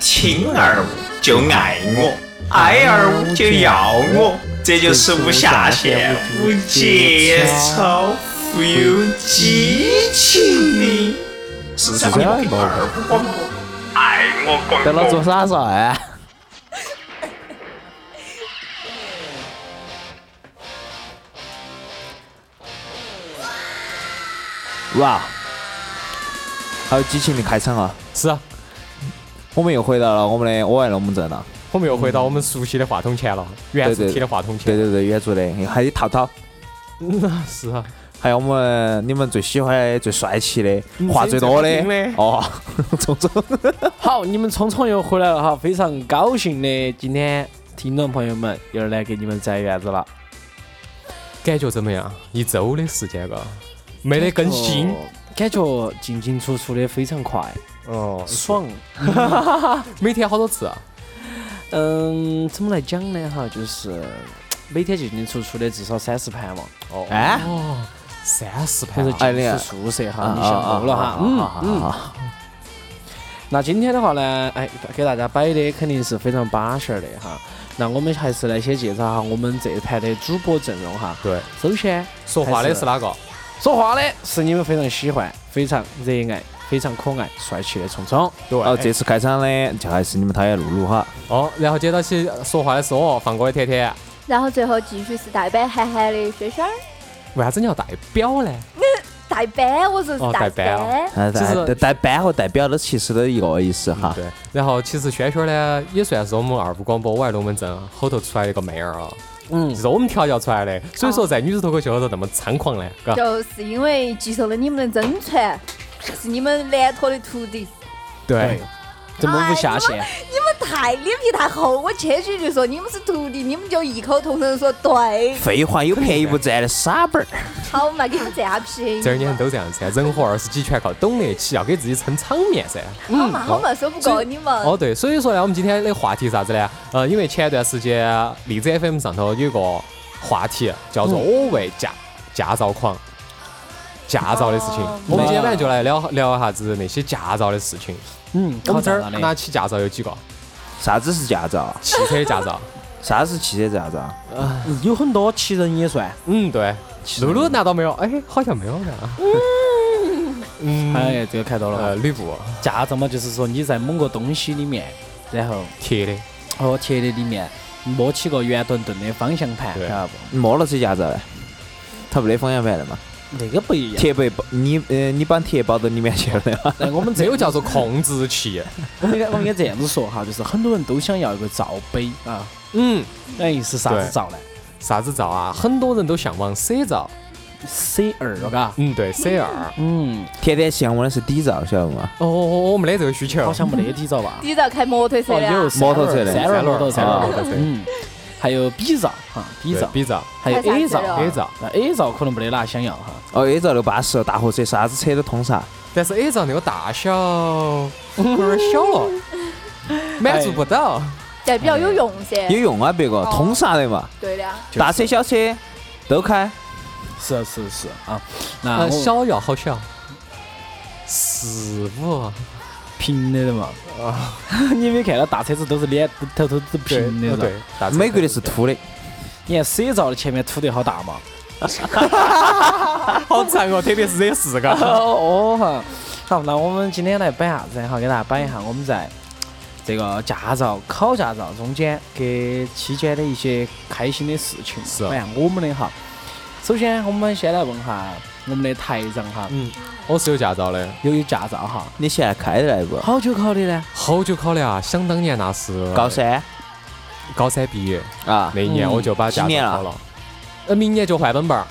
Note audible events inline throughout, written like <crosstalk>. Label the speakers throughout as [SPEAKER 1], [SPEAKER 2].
[SPEAKER 1] 亲儿就爱我，爱儿就要我，这就是无下限、无节操、富有激情的市场有品二五广播，
[SPEAKER 2] 哎
[SPEAKER 1] 爱我
[SPEAKER 2] 在
[SPEAKER 1] 广
[SPEAKER 2] 那做
[SPEAKER 1] 播。
[SPEAKER 2] 啥子啊？ <laughs> 哇，好激情的开场啊！
[SPEAKER 3] 是啊，
[SPEAKER 2] 我们又回到了我们的我爱龙门阵啊了。
[SPEAKER 3] 我们又回到我们熟悉的话筒前了，原始体的话筒
[SPEAKER 2] 嗯对
[SPEAKER 3] 前。
[SPEAKER 2] 对对，原著的，还有淘淘，
[SPEAKER 3] 嗯，是啊，
[SPEAKER 2] 还有我们你们最喜欢的、最帅气的、
[SPEAKER 4] 嗯
[SPEAKER 2] 话最多的
[SPEAKER 3] 最有名的
[SPEAKER 2] 哦，聪聪，
[SPEAKER 4] 好，你们聪聪又回来了哈，非常高兴的，今天听众朋友们又来给你们摘院子了。
[SPEAKER 3] 感觉怎么样？一周的时
[SPEAKER 2] 哦
[SPEAKER 3] 间嘎，没得更新。
[SPEAKER 4] 哦，感觉进进出出的非常快，
[SPEAKER 3] 哦，
[SPEAKER 4] 爽。
[SPEAKER 3] 每天好多次啊？
[SPEAKER 4] 嗯，怎么来讲呢？哈，就是每天进进出出的至少三十盘嘛，
[SPEAKER 2] <laughs>
[SPEAKER 3] 哦，
[SPEAKER 2] 哎
[SPEAKER 3] 哦，三十
[SPEAKER 4] 或
[SPEAKER 3] 盘
[SPEAKER 4] 者
[SPEAKER 3] 啊。
[SPEAKER 2] 哎你
[SPEAKER 4] 进
[SPEAKER 2] 看
[SPEAKER 4] 出宿舍
[SPEAKER 2] 啊
[SPEAKER 4] 哈，哦你想多了哈。嗯嗯。
[SPEAKER 2] 嗯，
[SPEAKER 4] 那今天的话呢，哎，给大家摆的肯定是非常巴适的哈。那我们还是来先介绍下我们这一盘的主播阵容哈。
[SPEAKER 3] 对，
[SPEAKER 4] 首先
[SPEAKER 3] 说话的是哪个？
[SPEAKER 4] 说话的是你们非常喜欢、非常热爱、非常可爱、帅气的聪聪。
[SPEAKER 3] 对。哎
[SPEAKER 2] 哦，这次开场的就还是你们讨厌露露哈，
[SPEAKER 3] 哦，然后接到起说话的是我放歌的甜甜。
[SPEAKER 5] 然后最后继续是代班韩寒的轩轩儿，
[SPEAKER 3] 为啥子你要代表呢？
[SPEAKER 5] 代班，我说
[SPEAKER 3] 哦
[SPEAKER 5] 是代
[SPEAKER 3] 代班
[SPEAKER 5] 班，
[SPEAKER 2] 哎
[SPEAKER 3] 就是嗯
[SPEAKER 2] 代代班和代表都其实都一个意思哈。
[SPEAKER 3] 对。然后其实轩轩呢，也算是我们二五广播我爱龙门阵后头出来的一个妹儿啊，
[SPEAKER 4] 嗯
[SPEAKER 3] 就，是我们调教出来的。所以说在女子脱口秀后头那么猖狂呢，嘎。
[SPEAKER 5] 就是因为接受了你们的真传，是你们南托的徒弟，
[SPEAKER 3] 对。
[SPEAKER 4] 这么无下限。
[SPEAKER 5] 你们太脸皮太厚。我谦虚就说你们是徒弟，你们就异口同声地说对，
[SPEAKER 2] 废话，有赔不战的傻本儿。
[SPEAKER 5] 好嘛，给你们这样便宜
[SPEAKER 3] 这二年
[SPEAKER 5] 嘛，
[SPEAKER 3] 都这样噻，人活二十几圈靠懂得起，要给自己撑场面噻。
[SPEAKER 5] 好嘛好嘛，说不过你们。
[SPEAKER 3] 哦，对，所以说呢，我们今天的话题是啥子呢？呃，因为前段时间荔枝 FM 上头有一个话题叫做“我为驾驾照狂”，驾照的事情
[SPEAKER 5] 哦。
[SPEAKER 3] 我们今天晚上就来聊聊下子那些驾照的事情。
[SPEAKER 4] 嗯，
[SPEAKER 3] 我
[SPEAKER 4] 我
[SPEAKER 3] 们
[SPEAKER 4] 们
[SPEAKER 3] 这
[SPEAKER 4] 这
[SPEAKER 3] 儿
[SPEAKER 4] 儿
[SPEAKER 3] 拿起驾照有几个？
[SPEAKER 2] 啥子是驾照？
[SPEAKER 3] 汽车的驾照。
[SPEAKER 2] 啥是汽车驾照？
[SPEAKER 4] 有很多奇人也算。
[SPEAKER 3] <laughs> 嗯，对。
[SPEAKER 2] 车
[SPEAKER 3] 露露拿到没有？哎，好像没有呢。嗯。嗯。
[SPEAKER 4] 哎，这个看到
[SPEAKER 3] 呃，
[SPEAKER 4] 了。
[SPEAKER 3] 吕布
[SPEAKER 4] 驾照嘛，就是说你在某个东西里面，然后
[SPEAKER 3] 贴的，
[SPEAKER 4] 哦贴的里面摸起个圆墩墩的方向盘，
[SPEAKER 3] 对
[SPEAKER 4] 晓得不？
[SPEAKER 2] 你摸了谁驾照嘞？他没得方向盘了嘛？
[SPEAKER 4] 那个不一样。
[SPEAKER 2] 铁被包你呃，你把铁包到里面去了 <laughs> 呀？
[SPEAKER 4] 那我们
[SPEAKER 3] 这
[SPEAKER 4] 这
[SPEAKER 3] 个叫做控制器。
[SPEAKER 4] 我们应该我们应该这样子说哈，就是很多人都想要一个罩杯啊，
[SPEAKER 3] 嗯。
[SPEAKER 4] 哎是啥
[SPEAKER 3] 对
[SPEAKER 4] 子罩呢
[SPEAKER 3] 啥子照啊？很多人都向往 C 照，
[SPEAKER 4] ？C 二嘎。
[SPEAKER 3] 嗯，对，C 二。
[SPEAKER 4] 嗯，
[SPEAKER 2] 天天向往的是底照，晓得吗？
[SPEAKER 3] 哦，我没得这个需求。
[SPEAKER 4] 嗯好像没得底罩吧？
[SPEAKER 5] 你要开摩托车
[SPEAKER 4] 哦，
[SPEAKER 5] 的
[SPEAKER 4] 有
[SPEAKER 5] 啊，
[SPEAKER 4] 三轮
[SPEAKER 2] 摩托车的
[SPEAKER 4] 三轮摩托车
[SPEAKER 3] 三轮摩托车
[SPEAKER 4] 嗯，还有 B 罩哈，B 罩，
[SPEAKER 3] B 照
[SPEAKER 4] 还有
[SPEAKER 5] 还有
[SPEAKER 4] A
[SPEAKER 5] 啥
[SPEAKER 4] 罩
[SPEAKER 5] 子
[SPEAKER 3] ，A 照。
[SPEAKER 4] 那 A 罩可能没得哪想要哈，
[SPEAKER 2] 哦，A 照六八十，大货车啥子车都通杀。
[SPEAKER 3] 但是 A 照那个大小有点小了，满足不到。
[SPEAKER 5] 但比较有用噻
[SPEAKER 2] 有。用啊，别
[SPEAKER 3] 哦
[SPEAKER 2] 个通杀的嘛，
[SPEAKER 5] 对的啊，
[SPEAKER 4] 就是
[SPEAKER 2] 大车小车都开。
[SPEAKER 4] 是是是啊，那
[SPEAKER 3] 呃，
[SPEAKER 4] 我
[SPEAKER 3] 小要好小，十五。
[SPEAKER 4] 平的嘛，啊， <laughs> 你没看到大车子都是脸头头都
[SPEAKER 3] 对
[SPEAKER 4] 平的
[SPEAKER 3] 呃
[SPEAKER 4] 了，
[SPEAKER 3] 对，大车
[SPEAKER 2] 美国的是秃的，
[SPEAKER 4] 你看 C 罩的前面凸得好大嘛，
[SPEAKER 3] 好长哦，特别是 Z 四
[SPEAKER 4] 哦 <laughs>
[SPEAKER 3] 个。
[SPEAKER 4] 哦哈，好，那我们今天来摆啥子呢？好，给大家摆一下我们在这个驾照考驾照中间给期间的一些开心的事情，
[SPEAKER 3] 是啊
[SPEAKER 4] 摆下我们的哈。首先，我们先来问下我们的台长哈，
[SPEAKER 3] 嗯，我是有驾照的，
[SPEAKER 4] 由于驾照哈，
[SPEAKER 2] 你现在开得来不？
[SPEAKER 4] 好久考的呢？
[SPEAKER 3] 好久考的啊，想当年那是
[SPEAKER 2] 高三
[SPEAKER 3] 高三毕业
[SPEAKER 2] 啊，
[SPEAKER 3] 那一年，
[SPEAKER 4] 嗯
[SPEAKER 3] 我就把驾
[SPEAKER 2] 几
[SPEAKER 3] 照
[SPEAKER 2] 年了
[SPEAKER 3] 考了。呃，明年就换本本儿，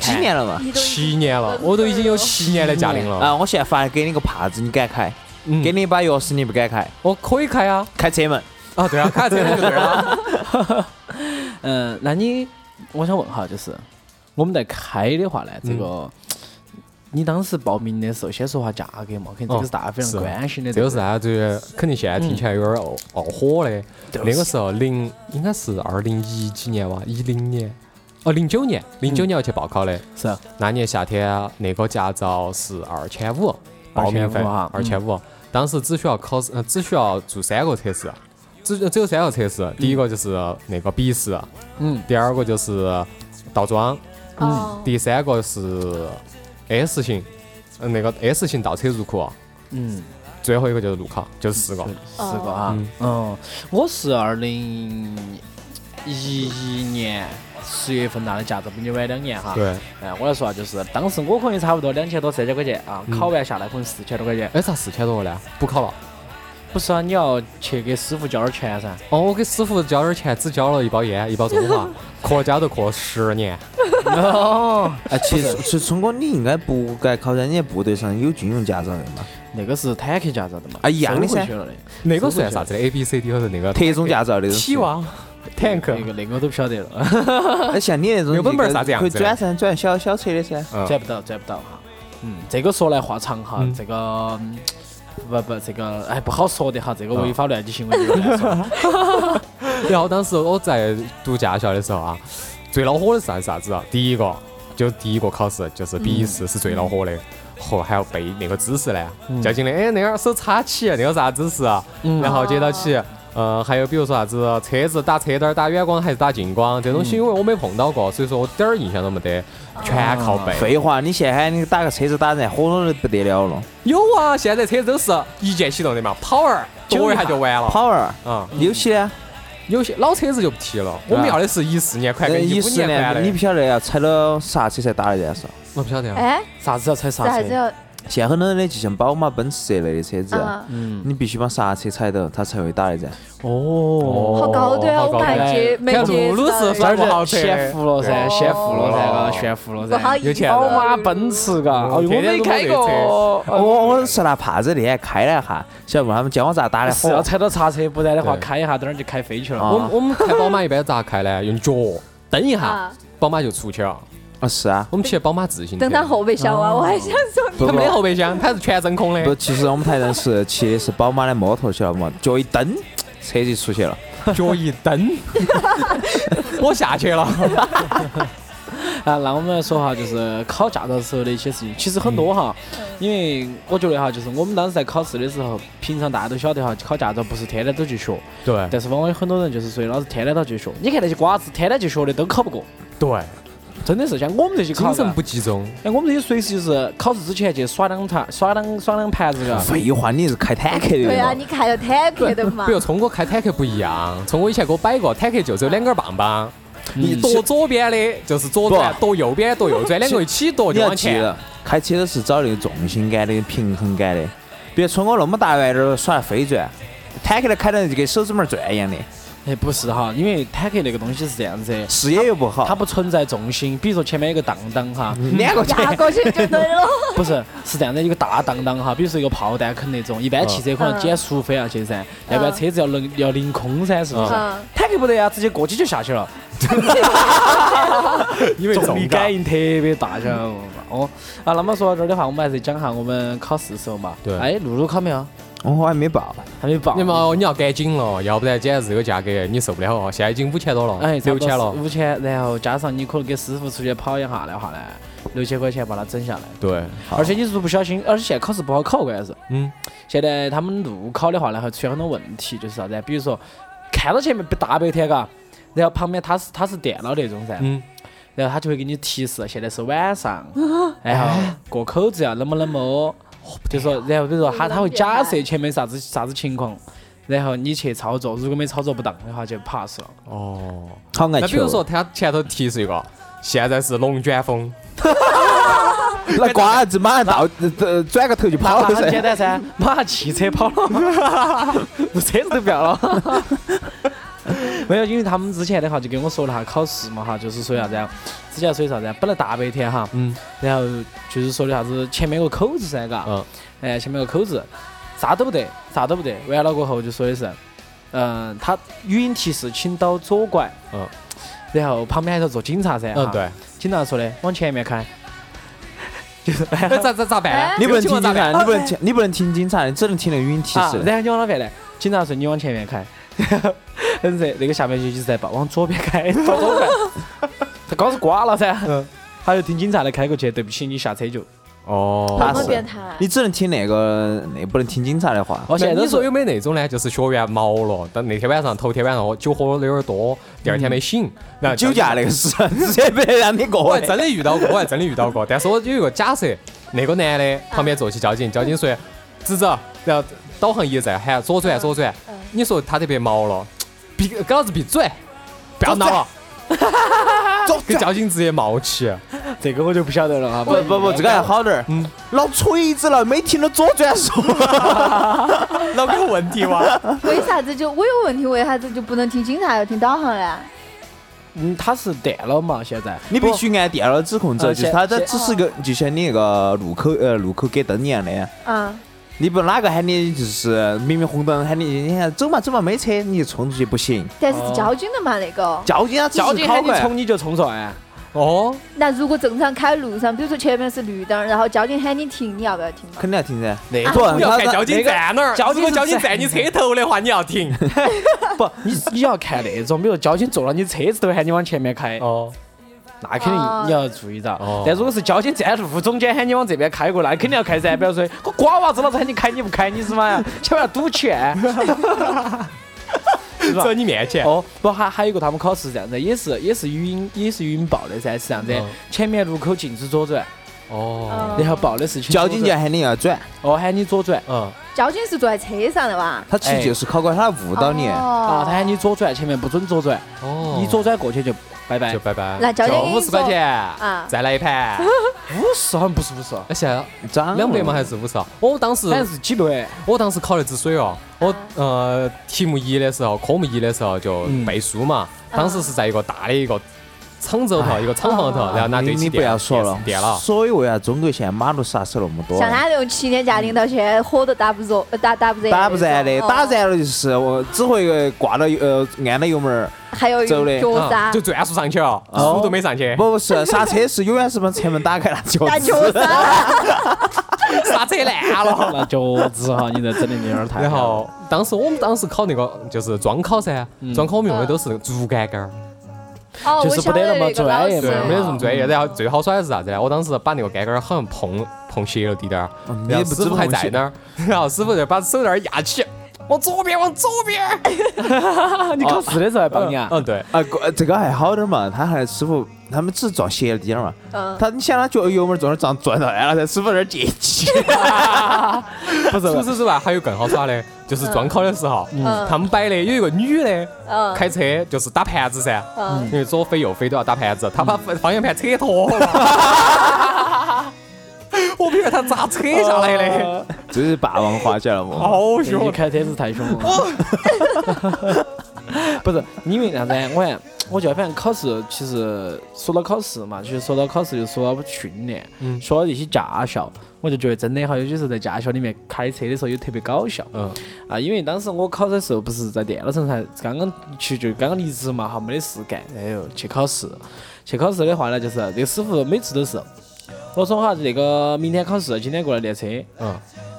[SPEAKER 2] 几年了嘛？
[SPEAKER 5] 你都已经
[SPEAKER 3] 七年了，我都已经有七年的驾龄了。
[SPEAKER 2] 啊，我现在发给你个帕子，你敢开？
[SPEAKER 3] 嗯
[SPEAKER 2] 给你一把钥匙，你不敢开？
[SPEAKER 3] 我可以开啊。
[SPEAKER 2] 开车门。
[SPEAKER 3] 啊，对啊，开这个就对了。
[SPEAKER 4] 嗯，那你我想问哈，就是我们在开的话呢，
[SPEAKER 3] 嗯
[SPEAKER 4] 这个。你当时报名的时候，先说下价格嘛，肯定这个是大家非常
[SPEAKER 3] 哦是
[SPEAKER 4] 关心的。
[SPEAKER 3] <laughs> 这个
[SPEAKER 4] 个
[SPEAKER 3] 是啊大家对肯定现在听起来有点儿傲火的。那个时候零应该是二零一几年吧，一零年，哦零九年，零九年要去报考的。
[SPEAKER 4] 是啊
[SPEAKER 3] 那年夏天那个驾照是二千五，报名费啊
[SPEAKER 4] 2500哈
[SPEAKER 3] 嗯二千五。当时只需要考试，呃只需要做三个测试，只只有三个测试，第一个就是那个笔试，
[SPEAKER 4] 嗯，
[SPEAKER 3] 第二个就是倒桩，
[SPEAKER 5] 哦，
[SPEAKER 3] 第三个是 S 型，呃那个 S 型倒车入库，啊
[SPEAKER 4] 嗯，
[SPEAKER 3] 最后一个就是路考，就是四个
[SPEAKER 4] 对。四个啊，嗯，我是二零一一年十月份拿的驾照，比你晚两年哈。
[SPEAKER 3] 对，
[SPEAKER 4] 哎，我来说啊，就是当时我可能也差不多两千多、三千块钱啊，考完下来可能四千多块钱。
[SPEAKER 3] 哎，咋四千多了呢？不考了。
[SPEAKER 4] 不是啊，你要去给师傅交点钱噻。
[SPEAKER 3] 哦，我给师傅交点钱，只交了一包烟，一包中华，课家都课了十年。
[SPEAKER 4] 哦，
[SPEAKER 2] 哎，其实其实聪哥，你应该不该考人家部队上有军用驾照的嘛？
[SPEAKER 4] 那个是坦克驾照的嘛？
[SPEAKER 2] 啊一样的噻
[SPEAKER 4] 收回去了的。
[SPEAKER 3] 那个算啥子？A B C D 和那个
[SPEAKER 2] 特种驾照那种。
[SPEAKER 3] T 王
[SPEAKER 4] 那
[SPEAKER 3] tank，
[SPEAKER 4] 个那个我都不晓得 <laughs> 了，
[SPEAKER 2] 哎，像你那种
[SPEAKER 3] 没有本本儿啥子样
[SPEAKER 2] 可以
[SPEAKER 3] 子
[SPEAKER 2] 转噻，转小小车的噻。
[SPEAKER 4] 转不到，转不到哈。嗯，这个说来话长哈，这个嗯不不，这个哎不好说的哈，这个违法乱纪行为就不要说。
[SPEAKER 3] 然后啊当时我在读驾校的时候啊，最恼火的是啥子啊？第一个就第一个考试就是
[SPEAKER 2] 嗯
[SPEAKER 3] 笔试是最恼火的，嚯、还要背那个姿势
[SPEAKER 2] 嗯
[SPEAKER 3] 呢，教紧的，哎那个手叉起，那个啥姿势啊？然后接到
[SPEAKER 2] 啊
[SPEAKER 3] 起。呃，还有比如说啥子车子打车灯儿打远光还是打近光
[SPEAKER 2] 嗯
[SPEAKER 3] 这东西，因为我没碰到过，所以说我点儿印象都没得，全靠背。
[SPEAKER 2] 啊废话，你现在喊你打个车子打人，火了的不得了了。
[SPEAKER 3] 有啊，现在车子都是一键启动的嘛，跑儿躲一下就完了。
[SPEAKER 2] 跑儿，
[SPEAKER 3] 啊、
[SPEAKER 2] 有些呢，
[SPEAKER 3] 有些老车子就不提了。我们要的是一四年款
[SPEAKER 2] 啊呃
[SPEAKER 3] 跟
[SPEAKER 2] 一
[SPEAKER 3] 五
[SPEAKER 2] 四
[SPEAKER 3] 年款
[SPEAKER 2] 年
[SPEAKER 3] 的。
[SPEAKER 2] 你不晓得要踩了啥车才打得人是吧？
[SPEAKER 3] 我不晓得啊。
[SPEAKER 5] 哎，
[SPEAKER 4] 啥子要踩
[SPEAKER 5] 这
[SPEAKER 4] 刹
[SPEAKER 5] 还是
[SPEAKER 4] 车？
[SPEAKER 5] 要
[SPEAKER 2] 现在很多人的就像宝马、奔驰这类的车子，啊
[SPEAKER 5] 嗯，
[SPEAKER 2] 你必须把刹车踩到，它才会打得人。
[SPEAKER 4] 哦
[SPEAKER 5] 好高端啊，我们还接没
[SPEAKER 3] 看
[SPEAKER 5] 接
[SPEAKER 3] 露露是
[SPEAKER 5] 到
[SPEAKER 4] 这
[SPEAKER 3] 反正
[SPEAKER 4] 儿
[SPEAKER 3] 好
[SPEAKER 4] 就
[SPEAKER 3] 车，
[SPEAKER 4] 炫富了噻，
[SPEAKER 3] 对
[SPEAKER 4] 炫富了噻，
[SPEAKER 3] 哦
[SPEAKER 4] 嘎炫富了
[SPEAKER 5] 不好
[SPEAKER 3] 有
[SPEAKER 5] 意思
[SPEAKER 3] 钱，
[SPEAKER 4] 宝
[SPEAKER 2] 啊
[SPEAKER 4] 马、
[SPEAKER 5] 啊
[SPEAKER 4] 奔驰，嘎，
[SPEAKER 3] 嗯
[SPEAKER 4] 哎呦我
[SPEAKER 3] 天天
[SPEAKER 4] 没
[SPEAKER 3] 都
[SPEAKER 4] 开
[SPEAKER 3] 坐这
[SPEAKER 4] 过。
[SPEAKER 3] 哦
[SPEAKER 2] 我哦我是拿帕子那天开了一下，想问他们教我咋
[SPEAKER 3] 啊
[SPEAKER 2] 打的
[SPEAKER 4] 哎是啊要
[SPEAKER 2] 火。
[SPEAKER 4] 踩到刹车，不然的话
[SPEAKER 3] 哦对哦
[SPEAKER 4] 开一下，等儿就开飞去了。
[SPEAKER 2] 啊
[SPEAKER 3] 我们我们开宝马一般咋开呢？用脚蹬一下
[SPEAKER 5] 啊，
[SPEAKER 3] 宝马就出去了。 <laughs>
[SPEAKER 2] 啊，是啊。
[SPEAKER 3] 我们骑宝马自行车，
[SPEAKER 5] 等他后备箱啊，我还想说
[SPEAKER 2] 哦不
[SPEAKER 3] 它没
[SPEAKER 2] 不
[SPEAKER 3] 得后备箱，它是全真空
[SPEAKER 2] 不，
[SPEAKER 3] 的，
[SPEAKER 2] 其实我们台上是骑的是宝马的摩托去了嘛，脚一蹬，车就出去了。
[SPEAKER 3] 脚一
[SPEAKER 5] <laughs>
[SPEAKER 3] 蹬，我下去了。
[SPEAKER 4] 啊，那我们来说哈，就是考驾照时候的一些事情，其实很多哈，
[SPEAKER 5] 嗯
[SPEAKER 4] 因为我觉得哈，就是我们当时在考试的时候，平常大家都晓得哈，考驾照不是天天都去学，
[SPEAKER 3] 对
[SPEAKER 4] 但是往往有很多人就是说老师天天都去学，你看那些瓜子天天去学的都考不过，
[SPEAKER 3] 对，
[SPEAKER 4] 真的是像我们这些考
[SPEAKER 3] 精
[SPEAKER 4] 的
[SPEAKER 3] 神，不集中。
[SPEAKER 4] 哎，我们这些随时就是考试之前去耍两盘，耍两耍两盘子
[SPEAKER 3] 啊
[SPEAKER 4] 嘎。
[SPEAKER 2] 废话，你是开坦克的
[SPEAKER 5] 对啊，
[SPEAKER 2] 嘛？
[SPEAKER 5] 你开了坦克的嘛
[SPEAKER 3] 比，如聪哥开坦克不一样，聪哥以前给我摆过，坦克就只有两根棒棒，你躲左边的就是左转，
[SPEAKER 2] 不
[SPEAKER 3] 躲右边躲右转，两个一起躲
[SPEAKER 2] 你
[SPEAKER 3] 就
[SPEAKER 2] 要
[SPEAKER 3] 往
[SPEAKER 2] 记
[SPEAKER 3] 前。
[SPEAKER 2] 得，开车都是找那个重心感的、平衡感的。别冲我那么大弯儿耍飞转，坦克的开的就跟手指拇儿转一样的，
[SPEAKER 4] 哎，不是哈，因为坦克那个东西是这样子的，
[SPEAKER 2] 视野又不好。
[SPEAKER 4] 它不存在重心，比如说前面有个荡荡哈，
[SPEAKER 2] 两个
[SPEAKER 5] 压过去就对了。
[SPEAKER 4] 不是，是这样的，有个大荡荡哈，比如说一个炮弹坑那种，一般汽车可能减速飞下去噻，要不然车子要能要凌空噻，是不是？
[SPEAKER 5] 嗯
[SPEAKER 4] 坦克不得呀，直接过去就下去了，
[SPEAKER 3] 因为
[SPEAKER 4] 重力
[SPEAKER 3] 感
[SPEAKER 4] 感应特别大，晓得不？哦，啊，那么说到这儿的话，我们还是讲下我们考试时候嘛。
[SPEAKER 3] 对
[SPEAKER 4] 哎，露露考没有？
[SPEAKER 2] 我还没报。
[SPEAKER 4] 还没报。
[SPEAKER 3] 那么你要赶紧了，要不然简直这个价格你受不了哦。现在已经五千多了，
[SPEAKER 4] 哎，
[SPEAKER 3] 六千了。
[SPEAKER 4] 五千，然后加上你可能跟师傅出去跑一下的话呢，六千块钱把它整下来。
[SPEAKER 3] 对，
[SPEAKER 4] 而且你是不小心，而且现在考试不好考，关键是。
[SPEAKER 3] 嗯，
[SPEAKER 4] 现在他们路考的话呢，还出现很多问题，就是啥子啊？比如说看到前面大白天，嘎，然后旁边它是它是电脑那种噻，
[SPEAKER 3] 嗯
[SPEAKER 4] 然后它就会给你提示现在是晚上，
[SPEAKER 3] 啊
[SPEAKER 4] 然后过口子要啊怎么怎么，
[SPEAKER 3] 哦
[SPEAKER 4] 就说然后比如说它它会
[SPEAKER 3] 啊
[SPEAKER 4] 假设前面啥子啥子情况，然后你去操作，如果没操作不当的话就 pass 了。
[SPEAKER 3] 哦。
[SPEAKER 2] 好爱
[SPEAKER 3] 那比如
[SPEAKER 2] 求
[SPEAKER 3] 说，他前头提示一个，现在是龙卷风，
[SPEAKER 2] 那瓜子马上到，呃转个头就
[SPEAKER 4] 那
[SPEAKER 2] 跑了
[SPEAKER 4] 那很简
[SPEAKER 2] 噻。
[SPEAKER 4] 单噻，马上汽车跑 <laughs> 了，车子都不要了。 <laughs> 没有，因为他们之前的话就跟我说了哈，考试嘛哈，就是说啥子啊，之前说啥子啊，本来大白天哈，
[SPEAKER 3] 嗯，
[SPEAKER 4] 然后就是说的啥子前面有个口子噻，嘎，
[SPEAKER 3] 嗯，
[SPEAKER 4] 哎，前面有个口子，啥都不得，啥都不得，完了过后就说的是，嗯、他语音提示请到左拐，
[SPEAKER 3] 嗯，
[SPEAKER 4] 然后旁边还是坐警察噻，
[SPEAKER 3] 嗯
[SPEAKER 4] 哈
[SPEAKER 3] 对，
[SPEAKER 4] 警察说的往前面开， <laughs> 就是。
[SPEAKER 3] 那咋咋咋办
[SPEAKER 5] 哎
[SPEAKER 3] 呢？
[SPEAKER 2] 你不能听
[SPEAKER 3] 啊有情
[SPEAKER 2] 警
[SPEAKER 3] 况咋
[SPEAKER 2] 察，
[SPEAKER 3] 办？
[SPEAKER 2] 你不能听，你不能听警察，你只能听那个语音提
[SPEAKER 4] 啊
[SPEAKER 2] 示，的。
[SPEAKER 4] 然后你往哪边呢？警察说你往前面开， <laughs> 很热，那个下面就一直在报，往左边
[SPEAKER 2] <laughs>
[SPEAKER 4] 开，左
[SPEAKER 2] 嗯
[SPEAKER 4] 左开，他刚是刮了噻，他就听警察的开过去，对不起，你下车就
[SPEAKER 3] 哦
[SPEAKER 2] 他
[SPEAKER 5] 那
[SPEAKER 2] 是
[SPEAKER 5] 么变态
[SPEAKER 2] 你只能听那个，那不能听警察的话。
[SPEAKER 4] 哦，现在
[SPEAKER 3] 那
[SPEAKER 4] 都
[SPEAKER 3] 你说
[SPEAKER 4] 是
[SPEAKER 3] 有没有那种呢？就是学员毛了，但那天晚上头天晚上我酒喝的有点多，第二天没醒，然后
[SPEAKER 2] 酒驾那个事，直接被让你
[SPEAKER 3] 我
[SPEAKER 2] 过
[SPEAKER 3] 还。真的遇到过，我还真的遇到过。但是我有一个假设，那个男
[SPEAKER 5] 嗯
[SPEAKER 3] 的旁边坐起交警，交警说哎直走，然后导航仪在喊左转左转
[SPEAKER 5] 嗯。
[SPEAKER 3] 你说他特别毛了，闭给老子闭嘴，不要闹
[SPEAKER 5] <laughs>
[SPEAKER 3] 了， <laughs>
[SPEAKER 2] 走
[SPEAKER 3] 跟交警直接冒起。
[SPEAKER 4] 这个我就不晓得了啊。
[SPEAKER 2] 不不不，这个还好点儿。
[SPEAKER 3] 嗯
[SPEAKER 2] 老锤子了，没听到左转说。
[SPEAKER 3] 脑壳有问题哇！
[SPEAKER 5] 为啥子就我有问题？为啥子就不能听警察要听导航呢？
[SPEAKER 4] <laughs> 嗯，他是断了嘛？现在
[SPEAKER 2] 你必须按电脑的指控走，
[SPEAKER 4] 呃
[SPEAKER 2] 就是
[SPEAKER 4] 先
[SPEAKER 2] 它这
[SPEAKER 4] 先
[SPEAKER 2] 只是一个，就像你那个路口呃路口给灯一样的。
[SPEAKER 5] 啊，
[SPEAKER 2] 你不哪个喊你就是明明红灯喊你，你看走嘛走嘛没车，你就冲出去不行。
[SPEAKER 5] 但是是交警的嘛那个。
[SPEAKER 2] 交警啊，只
[SPEAKER 4] 交
[SPEAKER 2] 是
[SPEAKER 4] 警
[SPEAKER 2] 考
[SPEAKER 4] 喊你
[SPEAKER 2] 过来。
[SPEAKER 4] 冲你就冲上哎，
[SPEAKER 3] 哦，
[SPEAKER 5] 那如果正常开路上，比如说前面是绿灯，然后交警喊你停，你要不要停嘛？
[SPEAKER 2] 肯定要停噻。
[SPEAKER 4] 嗯那
[SPEAKER 2] 不，
[SPEAKER 3] 你要
[SPEAKER 2] 他
[SPEAKER 3] 看交警站哪儿，
[SPEAKER 4] 交警
[SPEAKER 3] 如果交警
[SPEAKER 4] 是在
[SPEAKER 3] 站你车头的话，你
[SPEAKER 4] <laughs>
[SPEAKER 3] 要停。
[SPEAKER 4] <laughs> 不，你你要看那种，比如交警坐到你车子头喊你往前面开，
[SPEAKER 3] 哦，
[SPEAKER 4] 那肯定你要注意到。
[SPEAKER 3] 哦
[SPEAKER 4] 但如果是交警站路中间喊你往这边开过，那肯定要开噻。比如说我瓜娃子，老子喊你开你不开，你是嘛呀？ <laughs> 千万要赌气。
[SPEAKER 3] <laughs>
[SPEAKER 4] 是吧
[SPEAKER 3] 走你面前。
[SPEAKER 4] 哦，不，还还有一个他们考试是这样子，也是也是语音也是语音报的噻，是这样子
[SPEAKER 3] 嗯。
[SPEAKER 4] 前面路口禁止左转，
[SPEAKER 5] 嗯
[SPEAKER 3] 哦，
[SPEAKER 4] 然后报的是请
[SPEAKER 2] 交警
[SPEAKER 4] 左
[SPEAKER 2] 就
[SPEAKER 4] 转
[SPEAKER 2] 喊你要转，
[SPEAKER 4] 哦喊你左转
[SPEAKER 3] 嗯，
[SPEAKER 5] 交警是坐在车上的吧？
[SPEAKER 2] 他其实就是考官，他误导你。
[SPEAKER 5] 啊
[SPEAKER 4] 啊，他喊你左转，前面不准左转，
[SPEAKER 3] 哦
[SPEAKER 4] 你左转过去就拜拜
[SPEAKER 3] 就。拜拜。
[SPEAKER 5] 那交警
[SPEAKER 3] 就
[SPEAKER 5] 给你
[SPEAKER 3] 五十块
[SPEAKER 5] 说
[SPEAKER 3] 钱
[SPEAKER 5] 啊
[SPEAKER 3] 再来一盘。
[SPEAKER 4] 嗯五十好像不是五十，
[SPEAKER 3] 那现在
[SPEAKER 2] 张
[SPEAKER 3] 两百嘛还是五十啊？我当时
[SPEAKER 4] 反正是哎几百。
[SPEAKER 3] 我当时考那支水哦，我呃题目一的时候，科目一的时候就
[SPEAKER 4] 嗯
[SPEAKER 3] 背书嘛，当时是在一个大的一个厂子头，一个厂房头，然后拿对
[SPEAKER 2] 哎哦你
[SPEAKER 3] 起
[SPEAKER 2] 你不
[SPEAKER 3] 电
[SPEAKER 2] 要说了
[SPEAKER 3] 电电脑，
[SPEAKER 2] 所以为啥中国现在马路杀手那么多？啊
[SPEAKER 5] 像他这种七年家庭到现在火都打不着，呃打打不着，
[SPEAKER 2] 嗯打不燃的，
[SPEAKER 5] 哦
[SPEAKER 2] 打燃了就是我只会呃挂了呃按了油门儿，
[SPEAKER 5] 还有
[SPEAKER 2] 走的
[SPEAKER 5] 脚
[SPEAKER 3] 啊
[SPEAKER 5] 刹
[SPEAKER 3] 就，转速上去了，
[SPEAKER 2] 哦
[SPEAKER 3] 速度没上去，
[SPEAKER 2] 不不是刹车是永远是把车门打开了就
[SPEAKER 5] 打脚刹，
[SPEAKER 3] 刹车
[SPEAKER 2] <laughs>
[SPEAKER 3] 烂了。
[SPEAKER 4] 那脚趾哈，你这真的有点太。
[SPEAKER 3] 然后当时我们当时考那个就是专考噻，
[SPEAKER 2] 嗯
[SPEAKER 3] 专考我们用的都是竹竿杆儿，
[SPEAKER 5] 哦，
[SPEAKER 4] 就是
[SPEAKER 5] 我晓
[SPEAKER 4] 不得
[SPEAKER 5] 得
[SPEAKER 4] 那么
[SPEAKER 5] 那个老
[SPEAKER 4] 专业
[SPEAKER 5] 师
[SPEAKER 3] 对
[SPEAKER 4] 嘛，
[SPEAKER 3] 没得什么
[SPEAKER 2] 嗯
[SPEAKER 3] 专业。然后最好耍的是啥子呢？我当时把那个杆杆儿好像碰碰斜了滴点儿，
[SPEAKER 2] 嗯你
[SPEAKER 3] 然
[SPEAKER 2] 也
[SPEAKER 3] 后
[SPEAKER 2] 不
[SPEAKER 3] 师
[SPEAKER 2] 知
[SPEAKER 3] 傅
[SPEAKER 2] 不
[SPEAKER 3] 还在那儿，然后师傅就把手在那儿压起，往左边，往左边。
[SPEAKER 4] 啊你考试的时候还帮你啊？
[SPEAKER 3] 嗯，对。
[SPEAKER 2] 啊，过这个还好点儿嘛，他还师傅他们只是撞斜了点儿嘛，
[SPEAKER 5] 嗯，
[SPEAKER 2] 他你想他脚油门撞撞撞到那了噻，师傅在那儿接 <laughs> 气，
[SPEAKER 4] 不是
[SPEAKER 3] 除此之外，还有更好耍的，就是专考的时候，
[SPEAKER 5] 嗯
[SPEAKER 3] 他们摆的有一个女的
[SPEAKER 5] 嗯
[SPEAKER 3] 开车，就是打盘子噻，
[SPEAKER 5] 嗯
[SPEAKER 3] 因为左飞右飞都要打盘子，她把方向盘扯脱了。
[SPEAKER 5] <laughs>
[SPEAKER 3] 我不晓得她咋扯
[SPEAKER 4] <laughs>
[SPEAKER 3] 下来
[SPEAKER 5] 嗯
[SPEAKER 3] 的，
[SPEAKER 2] 这是霸王花姐了嘛？
[SPEAKER 3] <laughs> 好
[SPEAKER 4] 对你
[SPEAKER 3] 凶！啊
[SPEAKER 4] 开车子太凶了。 <laughs> 不是，因为啥子呢？我看，我觉得反正考试，其实说到考试嘛，其实说到考试就说到训练，
[SPEAKER 3] 嗯
[SPEAKER 4] 说到一些驾校，我就觉得真的哈，有些时候在驾校里面开车的时候也特别搞笑。
[SPEAKER 3] 嗯，
[SPEAKER 4] 啊，因为当时我考的时候不是在电脑城才刚刚去就刚刚离职嘛，哈，没得事干，
[SPEAKER 3] 哎
[SPEAKER 4] 然后去考试。去考试的话呢，就是这个师傅每次都是，我说哈，那个明天考试，今天过来练车，
[SPEAKER 3] 嗯，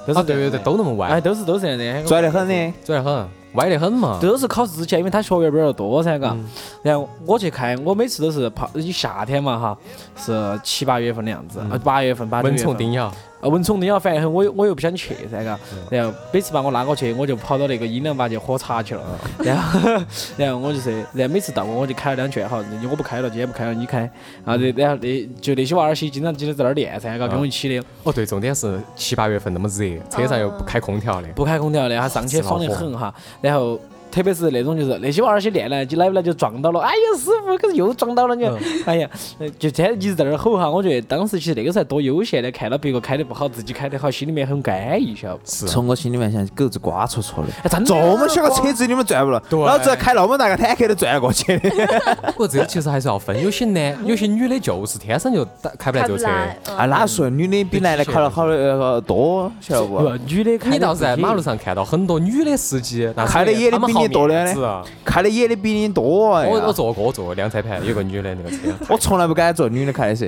[SPEAKER 4] 都
[SPEAKER 3] 啊
[SPEAKER 4] 是
[SPEAKER 3] 对对对，都那么
[SPEAKER 4] 哎，
[SPEAKER 3] 歪，
[SPEAKER 4] 都是都是这样的，
[SPEAKER 2] 拽得很的，
[SPEAKER 3] 拽得很，歪得很嘛。
[SPEAKER 4] 都是考试之前，因为他学员比较多噻，
[SPEAKER 3] 嗯
[SPEAKER 4] 嘎、然后我去开，我每次都是怕，因为夏天嘛哈，是七八月份的样子，啊八月份八九
[SPEAKER 3] 嗯蚊
[SPEAKER 4] 月份
[SPEAKER 3] 虫叮嗯咬，
[SPEAKER 4] 呃，蚊虫叮咬，反正我又我又不想去噻，嘎。然后每次把我拉过去，我就跑到那个阴凉坝去喝茶去了。
[SPEAKER 3] 嗯
[SPEAKER 4] 然后， <laughs> 然后我就是，然后每次到我我就开了两圈，好，我不开了，今天不开了，你开。啊，对，然后那就那些娃儿些经常经常在那儿练噻，嘎，跟我一起的，
[SPEAKER 3] 哦对，重点是七八月份那么热，
[SPEAKER 5] 嗯
[SPEAKER 3] 车上又不开空调的，
[SPEAKER 4] 不开空调的，哈，上去爽得很哈。然后。特别是那种就是那些娃儿些练呢，就来不来就撞到了，哎呀师傅，可是又撞到了你，
[SPEAKER 3] 嗯
[SPEAKER 4] 哎呀，呃就这样一直在那儿吼哈。我觉得当时其实那个时候多悠闲的，看到别个开得不好，自己开得好，心里面很安逸，晓得不？
[SPEAKER 3] 是
[SPEAKER 2] 从我心里面像狗子刮戳戳的。
[SPEAKER 4] 哎，真的
[SPEAKER 2] 这么小个车子你们转不了，
[SPEAKER 3] 对
[SPEAKER 2] 老子开那么大个坦克都转得过 <laughs> 去的。
[SPEAKER 3] 不过这个其实还是要分，有些男有些女的就是天生就打开不来
[SPEAKER 5] 开
[SPEAKER 3] 这
[SPEAKER 5] 不
[SPEAKER 3] 个车。
[SPEAKER 5] 来，嗯
[SPEAKER 2] 啊，哪说女的比男的考得好的呃多，晓得不？
[SPEAKER 4] 不，女的开
[SPEAKER 3] 你倒是在
[SPEAKER 4] 不行
[SPEAKER 3] 马路上看到很多女的司机，那
[SPEAKER 2] 开的也
[SPEAKER 3] 他们
[SPEAKER 2] 比你
[SPEAKER 3] 好
[SPEAKER 2] 多的
[SPEAKER 3] 面
[SPEAKER 2] 嘞
[SPEAKER 3] 子啊
[SPEAKER 2] 开的野的比你多哎呀。
[SPEAKER 3] 我我坐过，我坐过两车盘，有个女的那个车。
[SPEAKER 2] 我从来不敢坐女的开的车，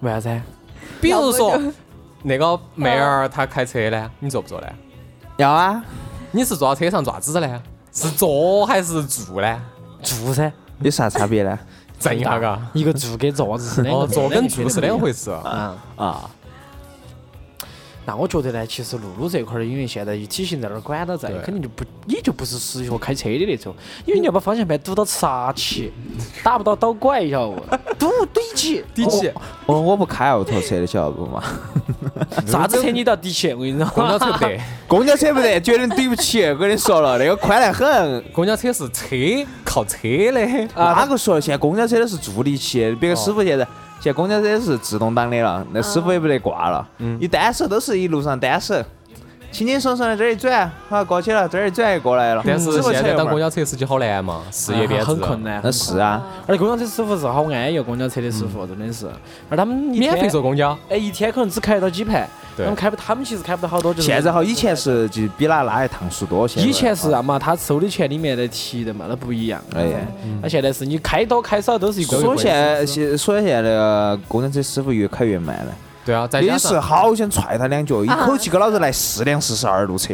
[SPEAKER 4] 为啥子？
[SPEAKER 3] 比如说那个妹儿她开车呢，你坐不坐呢？
[SPEAKER 2] 要啊，
[SPEAKER 3] 你是坐到车上爪子呢？是坐还是住呢？
[SPEAKER 4] 住噻，
[SPEAKER 2] 有啥差别呢？
[SPEAKER 3] 正一下嘎。
[SPEAKER 4] 一个住跟坐子是两
[SPEAKER 3] 啊哦，
[SPEAKER 4] 个
[SPEAKER 3] 坐跟住是两。回事。
[SPEAKER 4] 啊，
[SPEAKER 2] 啊，
[SPEAKER 4] 那我觉得呢，其实露露这一块儿，因为现在一体型在那儿管到在，
[SPEAKER 3] 对
[SPEAKER 4] 肯定就不，你就不是适合开车的那种，因为你要把方向盘堵到岔气，打不到倒拐，晓得不？堵哦堵
[SPEAKER 2] <laughs>
[SPEAKER 4] 起，
[SPEAKER 3] 底气，
[SPEAKER 2] 我我不开二头车的，晓得不嘛？
[SPEAKER 4] 啥子车你都要抵起，我跟你
[SPEAKER 2] <laughs>
[SPEAKER 3] 公
[SPEAKER 4] 说。
[SPEAKER 3] 交车不得，
[SPEAKER 2] 公交车不得，绝对对不起，我跟你说了，那个宽得很。
[SPEAKER 3] 公交车是车靠车的。
[SPEAKER 2] 哪个说了？现在公交车都是助力器，别个师傅现在现在公交车是自动挡的了，那师傅也不得挂了，你单手都是一路上单手，轻轻松松的这儿一转，好过去了，这儿一转又过来了。嗯
[SPEAKER 3] 但
[SPEAKER 2] 师
[SPEAKER 3] 是
[SPEAKER 2] 傅
[SPEAKER 3] 现
[SPEAKER 2] 车
[SPEAKER 3] 在
[SPEAKER 2] 又
[SPEAKER 3] 当
[SPEAKER 2] 慢
[SPEAKER 3] 公交车司机好难嘛，事业编制
[SPEAKER 4] 啊很困。难
[SPEAKER 2] 啊那，是嗯啊，
[SPEAKER 4] 而且公交车师傅是好安逸，哦公交车的师傅真的是，而他们一天
[SPEAKER 3] 免费坐公交，
[SPEAKER 4] 哎，一天可能只开到几盘，他
[SPEAKER 3] 对
[SPEAKER 4] 们开不，他们其实开不到好多。就是
[SPEAKER 2] 现在好，以前是就比那拉一趟数多，现在啊
[SPEAKER 4] 以前是啊啥嘛，他收的钱里面的提的嘛，那不一样。
[SPEAKER 2] 哎呀。
[SPEAKER 4] 那现在是你开多开少都是一个
[SPEAKER 2] 所以
[SPEAKER 4] 贵
[SPEAKER 2] 现在 <laughs> 现所以现在那个公交车师傅越开越慢了，
[SPEAKER 3] 对啊，再
[SPEAKER 2] 也
[SPEAKER 3] 加
[SPEAKER 2] 是
[SPEAKER 3] 上
[SPEAKER 2] 好想踹他两脚，一口气给老子来四辆四十二路车。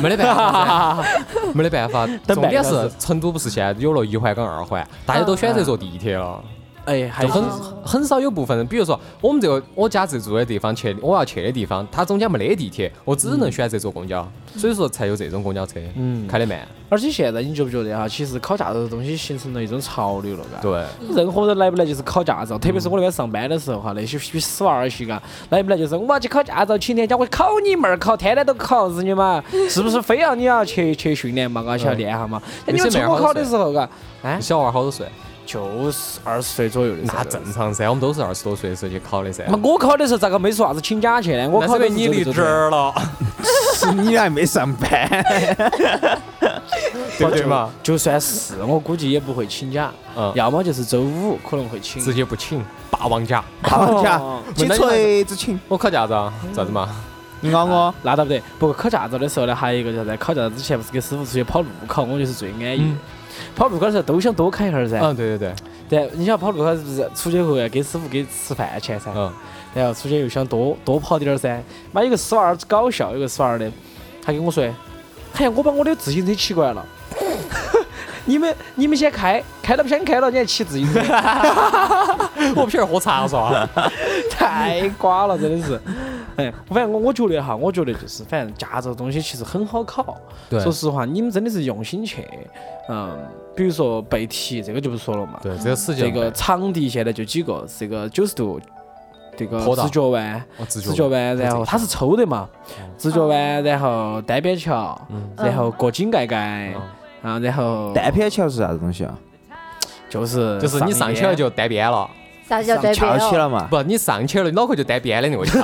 [SPEAKER 3] 没得办法噻，没得办法。
[SPEAKER 4] 等
[SPEAKER 3] 重
[SPEAKER 4] 半个
[SPEAKER 3] 点
[SPEAKER 4] 小时
[SPEAKER 3] 是成都不是现在有了一环跟二环，大家都选择坐地铁了。
[SPEAKER 4] 哎，还
[SPEAKER 3] 就很
[SPEAKER 4] 有
[SPEAKER 3] 很少有部分人，比如说我们这个我家这住的地方去我要去的地方，它中间没得地铁，我只能选择坐公交，所以说才有这种公交车，
[SPEAKER 4] 嗯
[SPEAKER 3] 开得慢，
[SPEAKER 4] 而且现在你觉不觉得啊哈，其实考驾照的东西形成了一种潮流了，嘎。
[SPEAKER 3] 对，嗯
[SPEAKER 4] 任何人来不来就是考驾照，特别是我那边上班的时候哈，那些比死娃儿些嘎，来不来就是我要去考驾照，请天假我考你妹儿，考天天都考日你
[SPEAKER 3] <laughs>
[SPEAKER 4] 嘛，是不是非要你要去去训练嘛，嘎，去要练下嘛？
[SPEAKER 3] 嗯
[SPEAKER 4] 哎你们初中考的时候嘎，哎，
[SPEAKER 3] 小娃儿好多岁，
[SPEAKER 4] 就是二十岁左右的时候
[SPEAKER 3] 那正常噻，我们都是二十多岁的时候去考的噻。
[SPEAKER 4] 那我考的时候咋个没说啥子请假去呢？我
[SPEAKER 3] 那
[SPEAKER 4] 考
[SPEAKER 3] 说
[SPEAKER 4] 的
[SPEAKER 3] 明你离
[SPEAKER 4] 离
[SPEAKER 3] 这儿了，
[SPEAKER 2] 是你还没上
[SPEAKER 3] <laughs>
[SPEAKER 2] 班，
[SPEAKER 3] 对不对嘛？
[SPEAKER 4] 就算是我估计也不会请假，
[SPEAKER 3] 嗯
[SPEAKER 4] 要么就是周五可能会请。
[SPEAKER 3] 直接不请，霸王假。
[SPEAKER 2] 好家
[SPEAKER 4] 哦
[SPEAKER 2] 伙，请锤子请，
[SPEAKER 3] 我考驾照，咋子嘛？
[SPEAKER 2] 你咬我。
[SPEAKER 4] 那倒不对，不过考驾照的时候呢，还有一个就是在考驾照之前，不是跟师傅出去跑路考，我就是最安逸的。跑路考的时候都想多开一下儿噻，
[SPEAKER 3] 嗯，对对对， <laughs>
[SPEAKER 4] 但你想跑路考是不是出去后要给师傅给吃饭钱噻，
[SPEAKER 3] 嗯，
[SPEAKER 4] 然后出去又想多多跑点儿噻。妈有个死娃儿搞笑，有个死娃儿的，他跟我说：“哎呀，我把我的自行车骑过来了。” <laughs> 你们你们先开，开都不想开了，你还骑自行车， <laughs>
[SPEAKER 3] 我不晓得喝啊茶是吧？
[SPEAKER 4] 太瓜了，真的是。哎，反正我我觉得哈，我觉得就是反正驾照东西其实很好考。
[SPEAKER 3] 对
[SPEAKER 4] 说实话，你们真的是用心去，嗯，比如说背题这个就不说了嘛。
[SPEAKER 3] 对，这个时
[SPEAKER 4] 这
[SPEAKER 3] 间
[SPEAKER 4] 个场地现在就几个，这个九十度，这个
[SPEAKER 3] 坡道
[SPEAKER 4] 直角弯，
[SPEAKER 3] 我自
[SPEAKER 4] 直
[SPEAKER 3] 觉
[SPEAKER 4] 角弯，
[SPEAKER 3] 我
[SPEAKER 4] 然
[SPEAKER 3] 自
[SPEAKER 4] 后
[SPEAKER 3] 己
[SPEAKER 4] 它是抽的嘛，
[SPEAKER 3] 嗯
[SPEAKER 4] 直角弯，然后单边桥，
[SPEAKER 5] 嗯
[SPEAKER 4] 然后过井盖盖
[SPEAKER 3] 嗯，
[SPEAKER 4] 啊，然后
[SPEAKER 2] 单片桥是啥子东西啊？
[SPEAKER 4] 就是
[SPEAKER 3] 就是你上去了就单边了，
[SPEAKER 5] 啥叫代
[SPEAKER 2] 翘
[SPEAKER 5] 表？
[SPEAKER 2] 起了嘛？
[SPEAKER 3] 不，你上去了，你脑壳就单边的那个桥。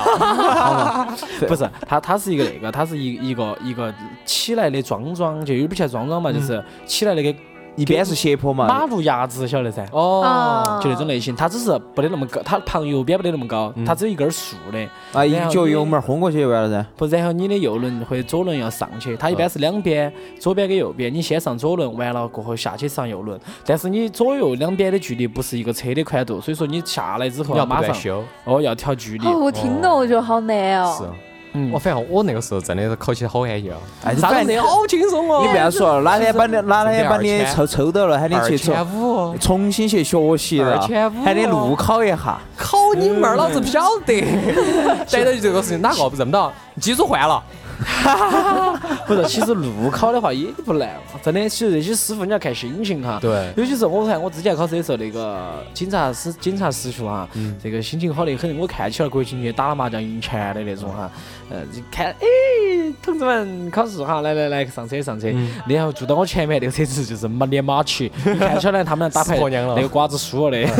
[SPEAKER 3] <laughs>
[SPEAKER 4] 不是，它它是一个那个，它是一一个一个起来的桩桩，就有点像桩桩嘛，
[SPEAKER 3] 嗯
[SPEAKER 4] 就是起来那个
[SPEAKER 2] 一边是斜坡
[SPEAKER 4] 马
[SPEAKER 2] 嘛，
[SPEAKER 4] 路牙子，晓得噻。
[SPEAKER 3] 哦，
[SPEAKER 5] 嗯
[SPEAKER 4] 就那种类型，它只是不得那么高，它旁右边不得那么高，
[SPEAKER 3] 嗯
[SPEAKER 4] 它只有一根竖的。
[SPEAKER 2] 啊，一
[SPEAKER 4] 然后
[SPEAKER 2] 脚
[SPEAKER 4] 你
[SPEAKER 2] 油门轰过去就完了噻。
[SPEAKER 4] 不，然后你的右轮或者左轮要上去，它一般是两边，
[SPEAKER 3] 嗯
[SPEAKER 4] 左边跟右边，你先上左轮，完了过后下去上右轮。但是你左右两边的距离不是一个车的宽度，所以说你下来之后啊
[SPEAKER 3] 你要不
[SPEAKER 4] 马
[SPEAKER 3] 断
[SPEAKER 4] 上
[SPEAKER 3] 修。
[SPEAKER 4] 哦要调距离
[SPEAKER 5] 哦，。我听了我觉得好难
[SPEAKER 3] 是
[SPEAKER 5] 哦。，
[SPEAKER 4] 嗯
[SPEAKER 3] 我反正我那个时候真的是考起好安逸啊，
[SPEAKER 2] 哎，
[SPEAKER 3] 啥
[SPEAKER 2] 反
[SPEAKER 3] 子
[SPEAKER 2] 正
[SPEAKER 3] 那好轻松哦
[SPEAKER 2] 你不要
[SPEAKER 3] <laughs>
[SPEAKER 2] 说，哪天把你哪天把
[SPEAKER 3] 二
[SPEAKER 2] 你
[SPEAKER 3] 千
[SPEAKER 2] 抽抽到了，喊你去重
[SPEAKER 3] 五，
[SPEAKER 2] 重新去学习了
[SPEAKER 3] 二千五，
[SPEAKER 2] 喊你路考一下。
[SPEAKER 3] <laughs>
[SPEAKER 2] 啊
[SPEAKER 3] 考你妹儿，老子不晓得。 <laughs> 逮到就这个事情，哪个不认不到？机主换了，
[SPEAKER 4] 不是，其实路考的话也不难，真的。其实这些师傅你要看心情哈。
[SPEAKER 3] 对
[SPEAKER 4] 尤其是我看我之前考试的时候，那个警察师警察师傅哈，
[SPEAKER 3] 嗯
[SPEAKER 4] 这个心情好得很。我看起来国庆节打了麻将赢钱的那种哈，
[SPEAKER 3] 嗯
[SPEAKER 4] 呃，就看哎，同志们考试哈，来来来，上车上车。
[SPEAKER 3] 嗯
[SPEAKER 4] 然后坐到我前面那个车子就是马连马
[SPEAKER 3] <laughs>
[SPEAKER 4] 骑，你看起来他们俩打牌
[SPEAKER 3] 撕破娘了嗯
[SPEAKER 4] 那个瓜子输了的。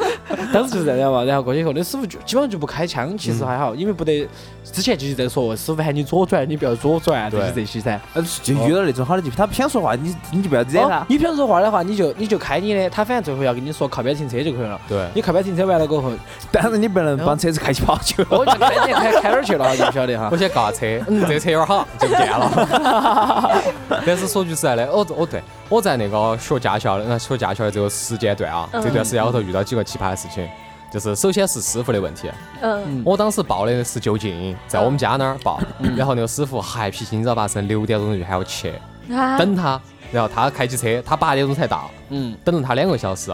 [SPEAKER 4] <laughs> 当时就是这样嘛，然后过去以后，那师傅就基本上就不开枪，其实还
[SPEAKER 3] 嗯
[SPEAKER 4] 好，因为不得之前就是在说，师傅喊你左转，你不要左转，啊就是这些噻。
[SPEAKER 2] 呃，就
[SPEAKER 3] 哦
[SPEAKER 2] 遇到那种好的，就他不想说话，你你就不要惹
[SPEAKER 4] 哦
[SPEAKER 2] 他。
[SPEAKER 4] 你平常说话的话，你就你就开你的，他反正最后要跟你说靠边停车就可以了。
[SPEAKER 3] 对
[SPEAKER 4] 你靠边停车完了过后，
[SPEAKER 2] 但是你不能帮车子开起跑去了。
[SPEAKER 3] 哦
[SPEAKER 4] 我就开你开开哪儿去了哈，就不晓得哈
[SPEAKER 3] 我。先告下车，嗯，这车有点好，就不见了。 <laughs> 但是说句实在的，我我对我在那个学驾校的，那学驾校的这个时间段啊，这段时间我头遇到几个奇葩的事情，就是首先是师傅的问题，
[SPEAKER 5] 嗯，
[SPEAKER 3] 我当时报的是就近，在我们家那儿报，然后那个师傅还脾气，你知道吧？是六点钟就喊我去，
[SPEAKER 5] 啊，
[SPEAKER 3] 等他，然后他开起车，他八点钟才到，
[SPEAKER 4] 嗯，
[SPEAKER 3] 等了他两个小时，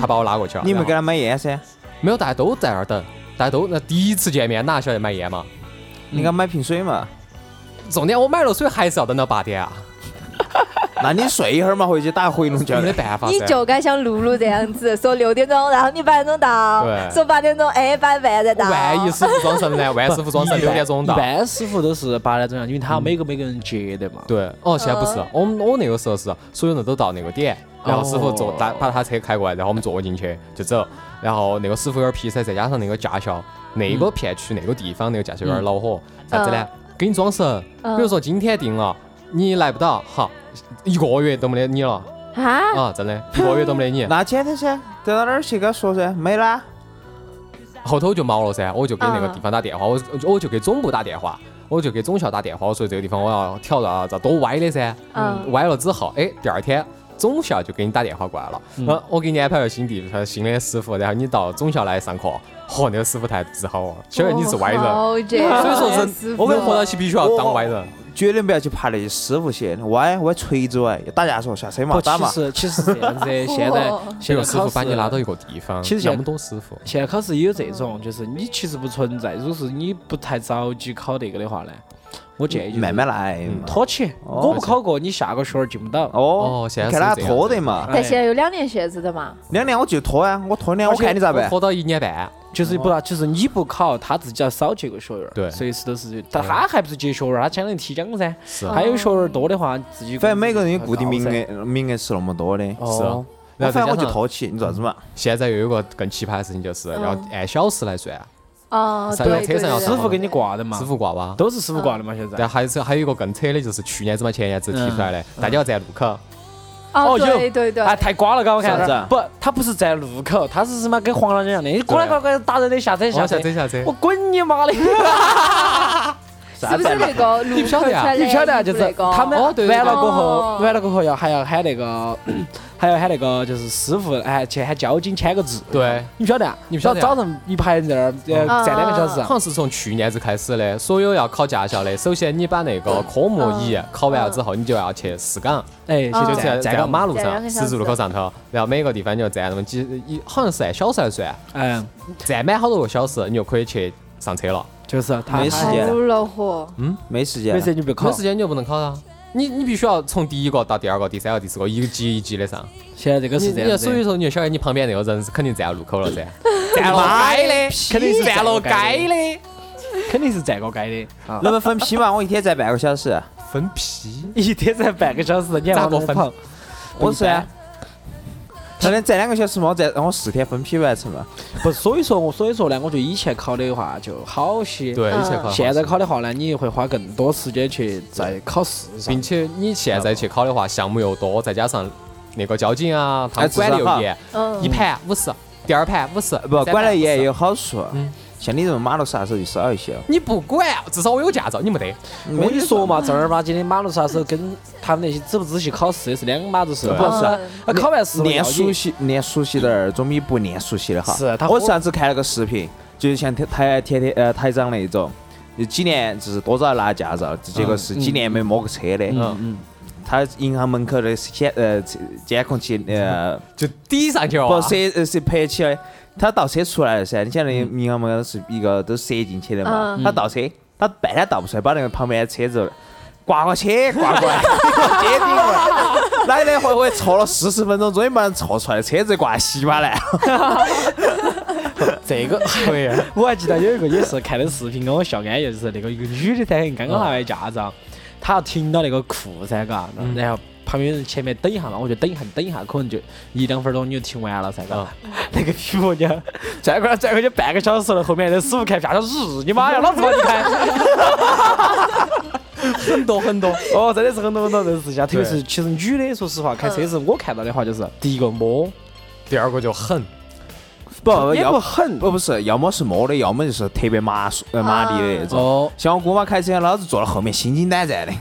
[SPEAKER 3] 他把我拉过去了。
[SPEAKER 2] 你没给
[SPEAKER 3] 然
[SPEAKER 2] 他
[SPEAKER 3] 后
[SPEAKER 2] 买烟噻？
[SPEAKER 3] 没有，大家都在那儿等，大家都那第一次见面哪晓得买烟嘛？
[SPEAKER 2] 你刚买瓶水嘛？
[SPEAKER 3] 重点我买了水还是要等到八点啊，哦
[SPEAKER 2] 那你睡一会儿嘛，回去打回笼觉
[SPEAKER 3] 没。得办法噻。
[SPEAKER 5] 你就该像露露这样子，说六点钟，然后你八点钟到
[SPEAKER 3] 对，
[SPEAKER 5] 说八点钟，哎，八点半再到。
[SPEAKER 3] 万一师傅装神呢？万师傅装神六点钟
[SPEAKER 4] 一
[SPEAKER 3] 到。
[SPEAKER 4] 般师傅都是八点钟样，因为他每个每个人接的嘛。
[SPEAKER 3] 对，哦，现在不是，我们我那个时候是所有人都到那个点，然后师傅坐
[SPEAKER 4] 哦
[SPEAKER 3] 打把他车开过来，然后我们坐进去就走，然后那个师傅有点皮噻，再加上那个驾校，那个片区那个地方那个驾校有点恼火，啥子呢？给你装神，比如说今天定了，你来不到，好，一个月都没得你了
[SPEAKER 5] 啊，
[SPEAKER 3] 啊，真的，一个月都没得你，
[SPEAKER 2] <laughs> 那简单噻，等到哪儿去跟他说噻，没啦。
[SPEAKER 3] 后头就毛了噻，我就给那个
[SPEAKER 5] 啊
[SPEAKER 3] 地方打电话，我我就给总部打电话，我就给总校打电话，我说这个地方我要调到咋多歪的噻，
[SPEAKER 5] 嗯
[SPEAKER 3] 歪了之后，哎，第二天总校就给你打电话过来了，嗯，我给你安排了新地方新的师傅，然后你到总校来上课，嚯，那个师傅太自豪了，虽然你是歪人，
[SPEAKER 5] 哦好这样啊
[SPEAKER 3] 所以说
[SPEAKER 5] 师
[SPEAKER 3] 人
[SPEAKER 5] 傅
[SPEAKER 3] 我跟活到起必须要当歪人，
[SPEAKER 2] 绝对不要去爬那些师傅线，歪歪垂直歪，打架说下车嘛，
[SPEAKER 4] 不，
[SPEAKER 2] 打
[SPEAKER 4] 其
[SPEAKER 2] 嘛。
[SPEAKER 4] 实其实是这样子的，现在
[SPEAKER 5] 哦
[SPEAKER 3] 这
[SPEAKER 4] 现在
[SPEAKER 3] 个师傅
[SPEAKER 4] 考
[SPEAKER 3] 把
[SPEAKER 4] 试
[SPEAKER 3] 你拉到一个地方，
[SPEAKER 4] 其实现在
[SPEAKER 3] 那么多师傅，
[SPEAKER 4] 现在考试也有这种，就是你其实不存在，如果是你不太着急考那个的话呢，我建议就是
[SPEAKER 2] 嗯
[SPEAKER 4] 嗯
[SPEAKER 2] 慢慢来嘛。
[SPEAKER 4] 拖起。我不考过，你下个学儿进不到。哎
[SPEAKER 2] 哦
[SPEAKER 3] 哦，现在
[SPEAKER 2] 你
[SPEAKER 3] 是
[SPEAKER 2] 看他
[SPEAKER 3] 这样
[SPEAKER 2] 拖的嘛，
[SPEAKER 5] 但现在有两年限制的嘛，
[SPEAKER 2] 两年我就拖啊，我拖两年，
[SPEAKER 4] 而
[SPEAKER 2] 我
[SPEAKER 4] 且
[SPEAKER 2] 看你咋办。
[SPEAKER 3] 活到一年半，
[SPEAKER 4] 就是不，就是你不考，他自己要少接个学员，
[SPEAKER 3] 哦对
[SPEAKER 4] 随时都是，但他还不是接学员，他相当于提奖噻。
[SPEAKER 3] 是
[SPEAKER 4] 他有学员多的话，自己
[SPEAKER 2] 反正每个人有固定名
[SPEAKER 4] 高噻。
[SPEAKER 2] 额，名额是那么多的。
[SPEAKER 3] 是
[SPEAKER 4] 哦，
[SPEAKER 2] 我
[SPEAKER 3] 然后再
[SPEAKER 2] 反正
[SPEAKER 3] 加
[SPEAKER 2] 我就
[SPEAKER 3] 上
[SPEAKER 2] 拖起，你咋子嘛？
[SPEAKER 3] 现在又有个更奇葩的事情，就是要按小时来算，
[SPEAKER 5] 哦，
[SPEAKER 3] 三辆
[SPEAKER 5] 对
[SPEAKER 3] 车
[SPEAKER 5] 对
[SPEAKER 3] 上要
[SPEAKER 5] 对
[SPEAKER 3] 上
[SPEAKER 4] 师傅给你挂的嘛
[SPEAKER 3] 师，傅嗯挂哇。
[SPEAKER 4] 都是师傅挂的嘛，现在
[SPEAKER 3] 但。还有还有一个更扯的，就是去年子嘛，前年子提出来的，大家要站路口，
[SPEAKER 5] 哦，
[SPEAKER 4] 哦有
[SPEAKER 5] 对对对，
[SPEAKER 4] 啊，太瓜了，嘎，我看
[SPEAKER 2] 啥子啊
[SPEAKER 4] 不，他不是站路口，他是什么跟黄老一样的，你过来过来过来打人的，下车下
[SPEAKER 3] 往
[SPEAKER 4] 车
[SPEAKER 3] 下，走下车
[SPEAKER 4] 我。滚你妈的！
[SPEAKER 5] 是不是那个路
[SPEAKER 3] 你不晓得啊
[SPEAKER 5] 口出来
[SPEAKER 4] 你
[SPEAKER 5] 的
[SPEAKER 4] 不晓得啊，就
[SPEAKER 5] 那
[SPEAKER 4] 是
[SPEAKER 5] 个
[SPEAKER 4] 他们
[SPEAKER 3] 哦对对
[SPEAKER 4] 完了过后
[SPEAKER 5] 哦，
[SPEAKER 4] 完了过后要还要喊那个， <clears throat> 还要喊那个就是师傅，哎，去喊交警签个字。
[SPEAKER 3] 对，
[SPEAKER 4] 你不晓得啊？
[SPEAKER 3] 你不晓得啊
[SPEAKER 4] 早上一排人在那儿呃
[SPEAKER 5] 嗯
[SPEAKER 4] 站两个小时
[SPEAKER 3] 好
[SPEAKER 4] 啊。
[SPEAKER 3] 像是从去年子开始的，所有要考驾校的，首先你把那
[SPEAKER 4] 嗯
[SPEAKER 3] 个科目一考完了之后，你就要去试岗，
[SPEAKER 4] 哎，
[SPEAKER 5] 嗯
[SPEAKER 4] 就
[SPEAKER 3] 就是
[SPEAKER 4] 这
[SPEAKER 3] 要
[SPEAKER 4] 样，
[SPEAKER 3] 站到马路
[SPEAKER 5] 站两
[SPEAKER 3] 上
[SPEAKER 5] 个小
[SPEAKER 3] 十
[SPEAKER 5] 时
[SPEAKER 3] 字路口上头，然后每个地方你就站那么几，一好像是按小时来算，
[SPEAKER 4] 嗯，
[SPEAKER 3] 站满好多个小时，你就可以去上车了。
[SPEAKER 4] 就是他
[SPEAKER 2] 没时间
[SPEAKER 5] 啊好哦恼火，
[SPEAKER 2] 没时间
[SPEAKER 4] 没事
[SPEAKER 2] 了。
[SPEAKER 4] 你不考
[SPEAKER 3] 考时。间你就不能考了。你你必须要从第一个到第二个、第三个、第四
[SPEAKER 4] <laughs>
[SPEAKER 3] 个，一级一级的上。
[SPEAKER 4] 现在这个
[SPEAKER 3] 你
[SPEAKER 4] 是这
[SPEAKER 3] 你
[SPEAKER 4] 样
[SPEAKER 3] 所以
[SPEAKER 4] 子的，
[SPEAKER 3] 说你就晓得你旁边那个人是肯定站路口了噻，站了街的，肯定是站了街的。
[SPEAKER 4] 肯定是站过街的。啊
[SPEAKER 2] 能不能分批嘛？我一天站半个小时，
[SPEAKER 3] 分批，
[SPEAKER 4] 一天才半个小时，你还
[SPEAKER 3] 咋
[SPEAKER 4] 往
[SPEAKER 3] 个
[SPEAKER 4] 哪儿
[SPEAKER 3] 分
[SPEAKER 4] 跑？
[SPEAKER 2] 我是啊
[SPEAKER 4] 一般。
[SPEAKER 2] 他能站两个小时嘛？我站我四天分批完成嘛？
[SPEAKER 4] 不，所以说我所以说呢，我觉得以前考的话就好些。
[SPEAKER 3] 对，以前考
[SPEAKER 4] 现在考的话呢，你会花更多时间去在考试上
[SPEAKER 3] 并。且你现在去考的话，项目又多，再加上那个交警啊，他
[SPEAKER 2] 哎
[SPEAKER 3] 们
[SPEAKER 2] 至少
[SPEAKER 3] 管得又
[SPEAKER 2] 哈
[SPEAKER 3] 严，
[SPEAKER 5] 嗯
[SPEAKER 3] 一，盘五十，第二盘五十，
[SPEAKER 2] 呃不，管得严也
[SPEAKER 3] 有。
[SPEAKER 2] 有好处
[SPEAKER 3] 嗯。
[SPEAKER 2] 像你这种马路杀手就少一些了。
[SPEAKER 3] 你不管，啊至少我有驾照，你没得。
[SPEAKER 4] 我跟你说嘛，正儿八经的马路杀手跟他们那些仔不仔细考试的是两码子事。
[SPEAKER 3] 对
[SPEAKER 4] 不
[SPEAKER 2] 不是啊
[SPEAKER 5] 嗯
[SPEAKER 4] 他考完试
[SPEAKER 2] 练熟
[SPEAKER 4] 书
[SPEAKER 2] 悉练熟悉点儿，总比不练熟悉的好。
[SPEAKER 4] 是啊他
[SPEAKER 2] 我
[SPEAKER 4] 火
[SPEAKER 2] 上次看了个视频，就是像台台天天呃台长那一种，有几年就是多少拿驾照，结果是几年没摸过车的。
[SPEAKER 4] 嗯嗯，
[SPEAKER 2] 他银行门口的监呃监控器呃
[SPEAKER 3] 就抵上去了啊
[SPEAKER 2] 不
[SPEAKER 3] 哇。
[SPEAKER 2] 摄呃是拍起来，他倒车出来了噻。你晓得银行门口是一个都塞进去的嘛
[SPEAKER 5] 嗯，
[SPEAKER 2] 他倒车，他半天倒不出来，把那个旁边的车子刮过去，刮过来，接顶过来。来来回回错了四十分钟，终于把人错出来，车子挂稀巴烂。
[SPEAKER 4] 这 <laughs> 个
[SPEAKER 3] 可以。
[SPEAKER 4] 我还记得有一个也是看的视频，跟我笑安逸，就是那个一个女的噻，刚刚拿完驾照，她要停到那个库噻，嘎，然后。旁边人前面等一下嘛，我就等一下，等一下，可能就一两分钟你就停完了噻，嘎。 <laughs> 那个皮婆娘转过来转过去半个小时了，后面那师傅看下头，日你妈呀，老子把你开！很多很多哦，真的是很多很多这种事情啊，特别是其实女的，说实话，开车时候我看到的话就是第一个摸，
[SPEAKER 3] <laughs> 第二个就狠，
[SPEAKER 2] 不哦
[SPEAKER 4] 也不
[SPEAKER 2] 要
[SPEAKER 4] 狠
[SPEAKER 2] <laughs> 不不是，要么是摸的，要么就是特别麻酥呃麻利的那种。
[SPEAKER 4] 哦，
[SPEAKER 2] 像我姑妈开车，老子坐到后面心惊胆战的。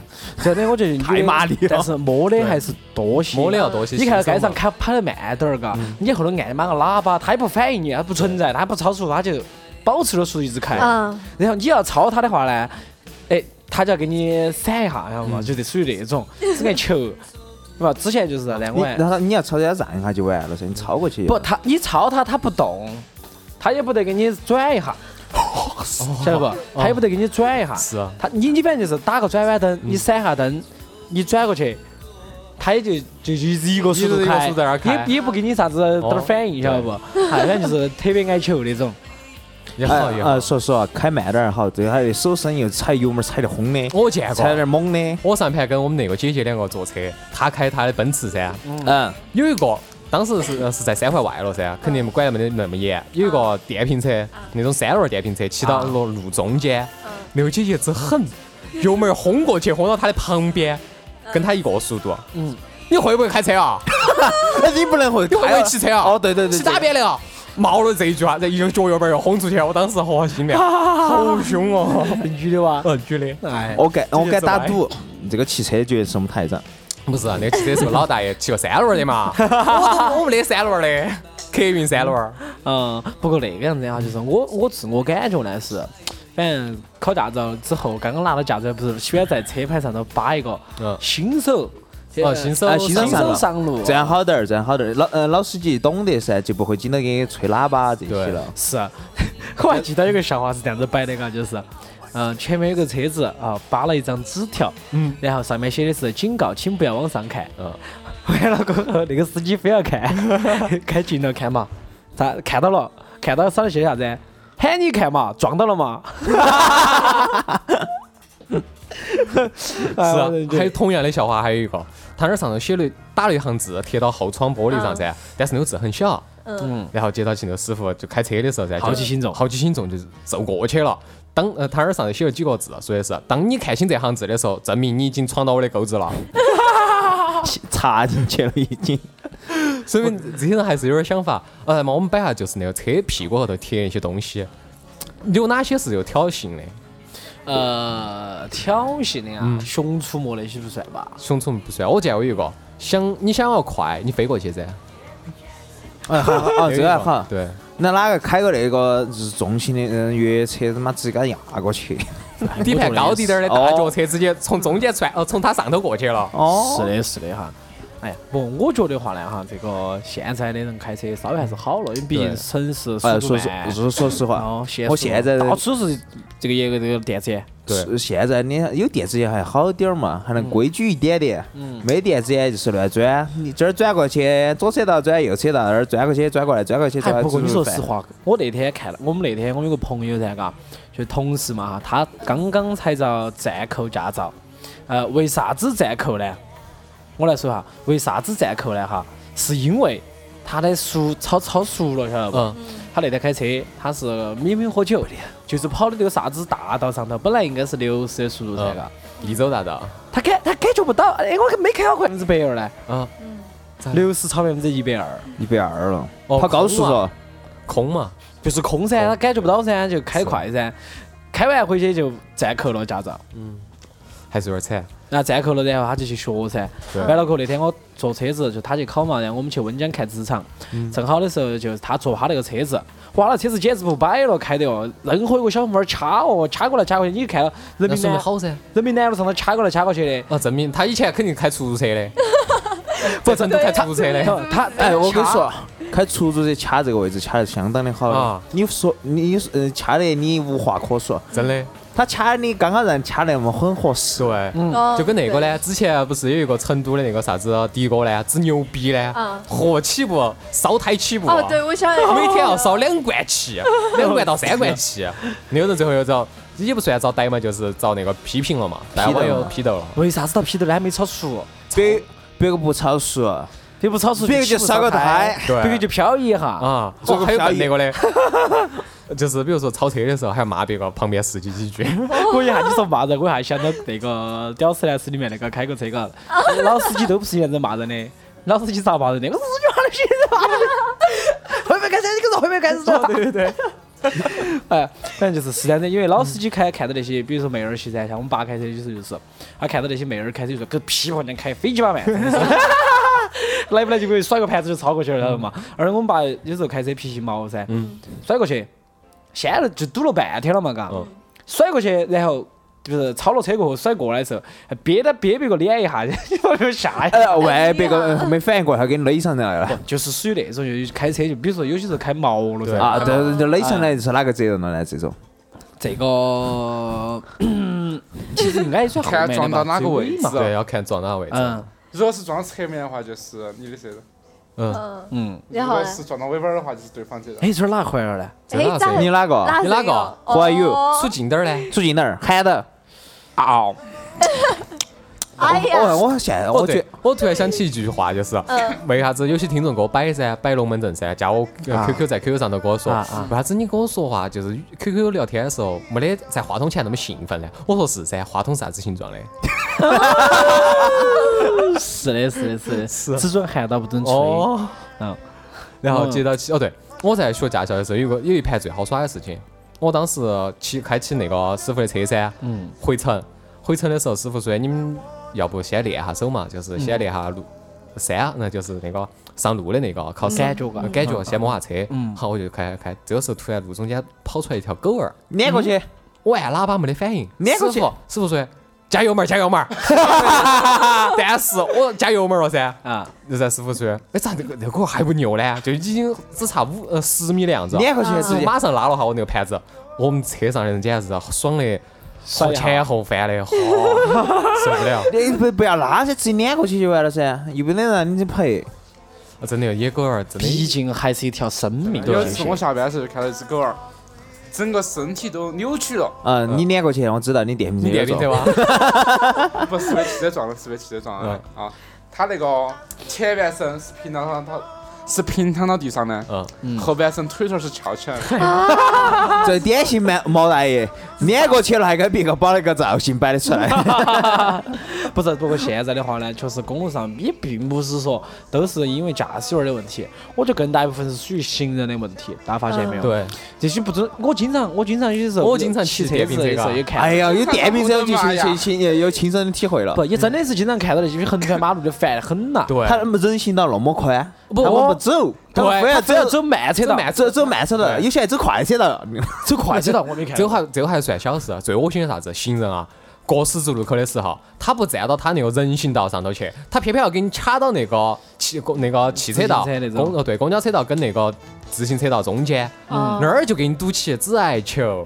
[SPEAKER 4] 真的，我觉得女的
[SPEAKER 2] 太麻利了
[SPEAKER 4] 但是摸的还是多些。
[SPEAKER 3] 摸的要多些
[SPEAKER 4] 你看到街
[SPEAKER 3] 欣赏
[SPEAKER 4] 上
[SPEAKER 3] 嘛
[SPEAKER 4] 开跑得慢点儿，嘎，你后头按满个喇叭，他也不反应你，他不存在，他不超速，他就保持了速度一直开。
[SPEAKER 5] 嗯，
[SPEAKER 4] 然后你要超他的话呢，哎，他就要给你闪一下，晓得嘛？就是属于那种只爱求，是吧？之前就是那
[SPEAKER 2] 你
[SPEAKER 4] 我
[SPEAKER 2] 然后你要超车让一下就完了噻，你超过去就
[SPEAKER 3] <laughs>
[SPEAKER 4] 不他你超他他不动，他也不得给你转一下。晓得不？他也不得给你转一下，
[SPEAKER 3] 哦是啊
[SPEAKER 4] 他你你反正就是打个转弯灯，你闪下灯，你转过去，他也就就一直一个速
[SPEAKER 3] 一直
[SPEAKER 4] 度
[SPEAKER 3] 一个
[SPEAKER 4] 开
[SPEAKER 3] 速度在那儿，开哦
[SPEAKER 4] 也也不给你啥子点儿反应，晓得不？哎反正就是特别矮球那种。
[SPEAKER 3] 也好也好
[SPEAKER 2] 呃，。说实话，开慢点儿好，对他的手伸又踩油门踩得轰的，
[SPEAKER 3] 我见
[SPEAKER 2] 踩得
[SPEAKER 3] 过，
[SPEAKER 2] 猛的，
[SPEAKER 3] 我上盘跟我们那个姐姐两个坐车，她开她的奔驰噻，
[SPEAKER 2] 嗯，
[SPEAKER 3] 有一个当时是是在三环外了噻，肯定管得没得那么严。有一个电瓶车，那种三轮电瓶车，骑到路路中间，那个姐姐之狠，油门轰过去，轰到她的旁边，跟她一个速度。
[SPEAKER 4] 嗯
[SPEAKER 3] 你会不会开车啊？
[SPEAKER 2] 哎，你不能会
[SPEAKER 3] <laughs> 你会不
[SPEAKER 2] 开
[SPEAKER 3] 会
[SPEAKER 2] 了
[SPEAKER 3] 骑车啊？
[SPEAKER 2] 哦，对对对，
[SPEAKER 3] 骑哪
[SPEAKER 2] 对
[SPEAKER 3] 边的啊？冒了这一句话，然后一个脚油门又轰出去，我当时嚯，心里面好凶哦。
[SPEAKER 4] 女的哇，
[SPEAKER 3] 嗯，女的，
[SPEAKER 4] 哎，
[SPEAKER 2] 我敢，我
[SPEAKER 3] 这
[SPEAKER 2] 敢
[SPEAKER 3] 就是
[SPEAKER 2] 打
[SPEAKER 3] 歪
[SPEAKER 2] 赌，这个汽车绝对是我们台长。
[SPEAKER 3] 不是，啊那个骑车是个老大爷，骑个三轮的嘛。 <laughs> 我都我们那三轮的，客运三轮。
[SPEAKER 4] 嗯，不过那个样子哈，就是我我自我感觉呢是，反正考驾照之后，刚刚拿到驾照，不是喜欢在车牌上头扒一个
[SPEAKER 3] 嗯
[SPEAKER 4] 新手，
[SPEAKER 3] 哦新手
[SPEAKER 2] 啊
[SPEAKER 4] 新
[SPEAKER 2] 新手上
[SPEAKER 4] 手
[SPEAKER 2] 路
[SPEAKER 4] 上路，
[SPEAKER 2] 这样好点儿，这样好点儿。老呃老司机懂得噻，就不会经常给你吹喇叭这些
[SPEAKER 3] 对
[SPEAKER 2] 了。
[SPEAKER 4] 是，啊 <laughs> 我还记得有个笑话是这样子摆的，嘎，就是，嗯、前面有个车子啊，扒了一张纸条，嗯，然后上面写的是警告，请不要往上看。 <laughs>
[SPEAKER 3] 嗯，
[SPEAKER 4] 完了过后，那个司机非要看， <laughs> 开近了看嘛，咋看到了？看到上写啥子？喊你看嘛，撞到了嘛？ <laughs>
[SPEAKER 3] 是啊
[SPEAKER 4] 哎我，就
[SPEAKER 3] 还有同样的笑话，还有一个，他那上头写了打了一行字，贴到后窗玻璃上噻，但是那个字很小。
[SPEAKER 5] 嗯
[SPEAKER 3] 然后接到起那个师傅就开车的时候噻，就
[SPEAKER 4] 好奇心重
[SPEAKER 3] 好奇心重就走过去了。当呃，他那上头写了几个字，说的是，当你看清这行字的时候，证明你已经闯到我的钩子了。
[SPEAKER 2] <laughs> 插进去了已经。
[SPEAKER 3] 说明这些人还是有点想法。呃，那么我们摆下就是那个车屁股后头贴一些东西，有哪些是有挑衅的？
[SPEAKER 4] 呃，挑衅的呀，熊出没那些不算吧？
[SPEAKER 3] 熊出没不算，我见过一个，想你想要快，你飞过去噻。
[SPEAKER 2] 哎，好，好哦，这个还好。
[SPEAKER 3] 对，
[SPEAKER 2] 那哪个开个那个就是重型的嗯越野车，他妈直接给他压过去？哎
[SPEAKER 3] 底盘高低点儿的
[SPEAKER 2] 哦
[SPEAKER 3] 大脚车直接从中间窜，哦，从他上头过去了。
[SPEAKER 2] 哦，
[SPEAKER 4] 是的，是的哈。哎呀，不，我觉得话呢哈，这个现在的人开车稍微还是好了，因为毕竟
[SPEAKER 3] 对
[SPEAKER 4] 城市
[SPEAKER 2] <laughs> 哎，
[SPEAKER 4] 速度
[SPEAKER 2] 说实
[SPEAKER 4] 慢。
[SPEAKER 2] 说说实话
[SPEAKER 4] 哦，，
[SPEAKER 2] 我现在
[SPEAKER 4] 到处是这个一个这个电车，
[SPEAKER 3] 对，
[SPEAKER 2] 是现在你看有电子眼还好点儿嘛，还能规矩一点点。没电子眼就是乱转，你这儿转过去，左车道转右车道，那儿转过去转过来转过去
[SPEAKER 4] 哎
[SPEAKER 2] 转过，来。
[SPEAKER 4] 不过你说
[SPEAKER 2] 直
[SPEAKER 4] 实
[SPEAKER 2] 直翻，
[SPEAKER 4] 话，我那天看了，我们那天我们有个朋友噻，嘎，就同事嘛哈，他刚刚才遭暂扣驾照，呃，为啥子暂扣呢？我来说哈，为啥子暂扣呢哈？是因为他的熟超超熟了，晓得不？
[SPEAKER 3] 嗯，
[SPEAKER 4] 他那天开车，他是迷迷喝酒，就是跑的这个啥子大道上头，本来应该是六十的速度噻，嘎、
[SPEAKER 3] 益州大道。
[SPEAKER 4] 他感他感觉不到，哎，我没开到百分之百二呢，
[SPEAKER 3] 啊，
[SPEAKER 4] 六十超百分之一百二，
[SPEAKER 2] 一百二了，
[SPEAKER 3] 哦
[SPEAKER 2] 跑高速
[SPEAKER 3] 空
[SPEAKER 2] 了。
[SPEAKER 3] 空嘛，哦
[SPEAKER 4] 就是空噻，他感觉不到噻，就开快噻，开完回去就暂扣了驾照，
[SPEAKER 3] 还是有点惨。
[SPEAKER 4] 然后暂扣了，然后他就去学噻。
[SPEAKER 3] 对
[SPEAKER 4] 完了过后那天我坐车子，就他去考嘛，然后我们去温江看职场，正好的时候就是他坐他那个车子，哇，那车子简直不摆了，开得哦，任何一个小门儿掐哦，掐过来掐过去，你就看到人
[SPEAKER 3] 那
[SPEAKER 4] 民
[SPEAKER 3] 说明
[SPEAKER 4] 南
[SPEAKER 3] 好噻，
[SPEAKER 4] 人民南路上头掐过来掐过去的。
[SPEAKER 3] 啊，证明他以前肯定开出租车
[SPEAKER 2] <laughs>
[SPEAKER 3] 的，在成都开出租车的。
[SPEAKER 4] 他
[SPEAKER 2] 哎，我跟你说，开出租车掐这个位置掐得相当的好
[SPEAKER 3] 啊
[SPEAKER 2] 了。你说你呃掐得你无话可说，
[SPEAKER 3] 真的，
[SPEAKER 2] 他掐你刚刚让掐得那么很合适。
[SPEAKER 3] 对，
[SPEAKER 5] 嗯
[SPEAKER 3] 就跟那个
[SPEAKER 5] 哦
[SPEAKER 3] 呢，之前不是有一个成都的那个啥子迪哥呢，指牛逼呢
[SPEAKER 5] 嗯，
[SPEAKER 3] 嚯，起步烧胎起步啊，
[SPEAKER 5] 哦，对，我想
[SPEAKER 3] 每天要烧两罐
[SPEAKER 5] <laughs>
[SPEAKER 3] 气，两罐到三罐气，那个人最后又遭，也不算遭逮嘛，就是遭那个批评了嘛，但我又批斗了。
[SPEAKER 4] 为啥子他皮头呢还没超熟？
[SPEAKER 2] 别别个不超速，
[SPEAKER 4] 别不超熟，
[SPEAKER 2] 别个就烧个胎
[SPEAKER 3] 对
[SPEAKER 4] 别个就飘逸一下。 <laughs>
[SPEAKER 3] 啊，
[SPEAKER 2] 做个
[SPEAKER 3] 还有
[SPEAKER 2] 漂
[SPEAKER 3] 问
[SPEAKER 2] 移
[SPEAKER 3] 那个嘞， <laughs> 就是比如说超车的时候，还要骂别个旁边司机几句。
[SPEAKER 4] 我一下你说骂人，我一下想到那个《屌丝男士》里面那个开个车 <laughs> 嘎，老司机都不是样子骂人的，老司机咋骂人的？我司机骂的谁骂的？后面开车，你跟着后面开车。哦对对 <laughs> 对。哎，反正就是是这样子，因为老司机开看到那些，比如说妹儿些噻，像我们爸开车有时候就是，他看到那些妹儿开车就说跟屁话一样开，飞机巴慢。真的 <laughs> 是来不来就给甩个盘子就超过去了，晓得嘛？而且我们爸有时候开车脾气毛噻，甩过去，先了就堵了半天了嘛，嘎
[SPEAKER 3] 嗯，
[SPEAKER 4] 甩过去，然后就是超了车过后甩过来的时候，还憋到憋别个脸一下，你把 <laughs> 就吓一下。
[SPEAKER 2] 呃，
[SPEAKER 5] 哎
[SPEAKER 2] 万一别个没反应过来，还给你勒上来了。
[SPEAKER 4] 就是属于那种，就开车就比如说有些时候开毛了噻，
[SPEAKER 3] 对
[SPEAKER 2] 啊，对，就勒上来就是哪个责任了呢？这种
[SPEAKER 4] 这个其实应该也算后
[SPEAKER 6] 看
[SPEAKER 4] 面
[SPEAKER 6] 撞
[SPEAKER 4] 的吧
[SPEAKER 6] 到哪
[SPEAKER 4] 最
[SPEAKER 6] 个
[SPEAKER 4] 尾
[SPEAKER 6] 位置
[SPEAKER 4] 嘛
[SPEAKER 3] 对，要看撞哪个位啊置。
[SPEAKER 4] 嗯，
[SPEAKER 6] 如果是撞侧面的话，就是你的责任；
[SPEAKER 5] 嗯，
[SPEAKER 4] 嗯，
[SPEAKER 5] 然
[SPEAKER 6] 如
[SPEAKER 5] 后
[SPEAKER 6] 果
[SPEAKER 5] 呢？
[SPEAKER 6] 是撞到尾巴儿的话，就是对方责任。
[SPEAKER 4] 哎，这儿哪块儿呢？
[SPEAKER 3] 这哪
[SPEAKER 5] 哎咋
[SPEAKER 3] 谁
[SPEAKER 2] 你哪个？
[SPEAKER 5] 哪
[SPEAKER 3] 你哪个
[SPEAKER 5] 哦
[SPEAKER 2] Who are you？
[SPEAKER 3] 数近点儿嘞，
[SPEAKER 2] 住进那儿喊的。
[SPEAKER 6] 哦，
[SPEAKER 5] 哎呀，
[SPEAKER 2] 我我现在
[SPEAKER 3] 哦
[SPEAKER 2] 我
[SPEAKER 3] 对
[SPEAKER 2] 觉
[SPEAKER 3] 我突然想起一句话，就是
[SPEAKER 4] 嗯
[SPEAKER 3] <laughs> 为啥子有些听众给我摆噻，摆龙门阵噻，加我呃
[SPEAKER 4] 啊
[SPEAKER 3] QQ 在 QQ 上头跟我说，
[SPEAKER 4] 啊啊
[SPEAKER 3] 为啥子你跟我说话就是 QQ 聊天的时候没得在话筒前那么兴奋呢？我说是噻，话筒啥子形状的？
[SPEAKER 4] 是的，是的，是的，只准喊打不准吹。
[SPEAKER 3] 哦，
[SPEAKER 4] 嗯，
[SPEAKER 3] 然后接到起哦对，我在学驾校的时候有个有一盘最好耍的事情，我当时骑开起那个师傅的车噻，
[SPEAKER 4] 嗯，
[SPEAKER 3] 回程回程的时候师傅说哎你们要不先练下手
[SPEAKER 4] 嗯
[SPEAKER 3] 嘛，就是先练下路山，那就是那个上路的那个考试
[SPEAKER 4] 感觉嘎
[SPEAKER 3] 感觉先摸下车，
[SPEAKER 4] 嗯
[SPEAKER 3] 好我就开开，这个时候突然路中间跑出来一条狗儿，
[SPEAKER 2] 撵过去，
[SPEAKER 3] 我按喇叭没得反应，
[SPEAKER 2] 撵过去
[SPEAKER 3] 师傅师傅说加油门儿加油
[SPEAKER 2] <laughs>
[SPEAKER 3] 门儿，但是我加油门儿了噻。
[SPEAKER 4] 啊，
[SPEAKER 3] 就在师傅说，哎，咋这个这个还不牛呢？就已经只差五呃十米的样子，
[SPEAKER 2] 撵过去直接。
[SPEAKER 3] 马上拉了下我那个盘子，我们车上的人简直是爽的后前后翻的，吼 <laughs> 受不了！
[SPEAKER 2] 你哎不不要拉噻，直接撵过去就完了噻，又不能让你赔。
[SPEAKER 3] 真的野狗儿真
[SPEAKER 4] 毕
[SPEAKER 3] 的
[SPEAKER 4] 竟还是一条生命。
[SPEAKER 6] 有一次我下班的时候就看到一只狗儿，整个身体都扭曲了，
[SPEAKER 2] 嗯，你撵过去，我知道你电瓶车。
[SPEAKER 3] 你电瓶车？吗？
[SPEAKER 6] 不是被汽车撞了，是被汽车撞了啊！它那个前半身是平躺到是平躺到地上的，
[SPEAKER 3] 嗯，
[SPEAKER 6] 后半身腿头是翘起来的。
[SPEAKER 2] 这典型毛毛大爷，撵过去了还给别个把那个造型摆得出来。
[SPEAKER 4] <laughs> 不是，不过现在的话呢，确实公路上也并不是说都是因为驾驶员的问题，我觉得更大一部分是属于行人的问题，大家发现没有？，
[SPEAKER 3] 对，
[SPEAKER 4] 这些不准。我经常，我经常有些时候，
[SPEAKER 3] 我经常骑
[SPEAKER 4] 骑
[SPEAKER 3] 电
[SPEAKER 4] 车
[SPEAKER 3] 瓶
[SPEAKER 4] 子的
[SPEAKER 3] 车
[SPEAKER 4] 时候
[SPEAKER 3] 嘎
[SPEAKER 4] 也看到。
[SPEAKER 2] 哎呀，有电瓶车就
[SPEAKER 6] 我的妈
[SPEAKER 2] 亲
[SPEAKER 6] 呀
[SPEAKER 2] 亲亲有亲身体会了
[SPEAKER 4] 不，。也真的是经常看到那些横穿马路的烦得很呐。
[SPEAKER 3] 对
[SPEAKER 2] 他们人行道那么宽，
[SPEAKER 4] 不
[SPEAKER 2] 他们
[SPEAKER 4] 我
[SPEAKER 2] 不走，他们
[SPEAKER 4] 对，
[SPEAKER 2] 非要
[SPEAKER 4] 非要
[SPEAKER 2] 走
[SPEAKER 4] 走慢车
[SPEAKER 2] 哎走
[SPEAKER 4] 道，
[SPEAKER 2] 慢走走慢车道，
[SPEAKER 3] 对
[SPEAKER 2] 有些还走快车道。
[SPEAKER 4] 走快车道，我没看
[SPEAKER 3] 这个
[SPEAKER 4] 过。
[SPEAKER 3] 还这个还算小事，啊最恶心的啥子？行人啊，过十字路口的时候，他不站到他那个人行道上头去，他偏偏要给你卡到那个汽公那个汽车道
[SPEAKER 4] 自行车那、种
[SPEAKER 3] 公哦对公交车道跟那个自行车道中间，
[SPEAKER 5] 哦
[SPEAKER 3] 那儿就给你堵起紫矮球，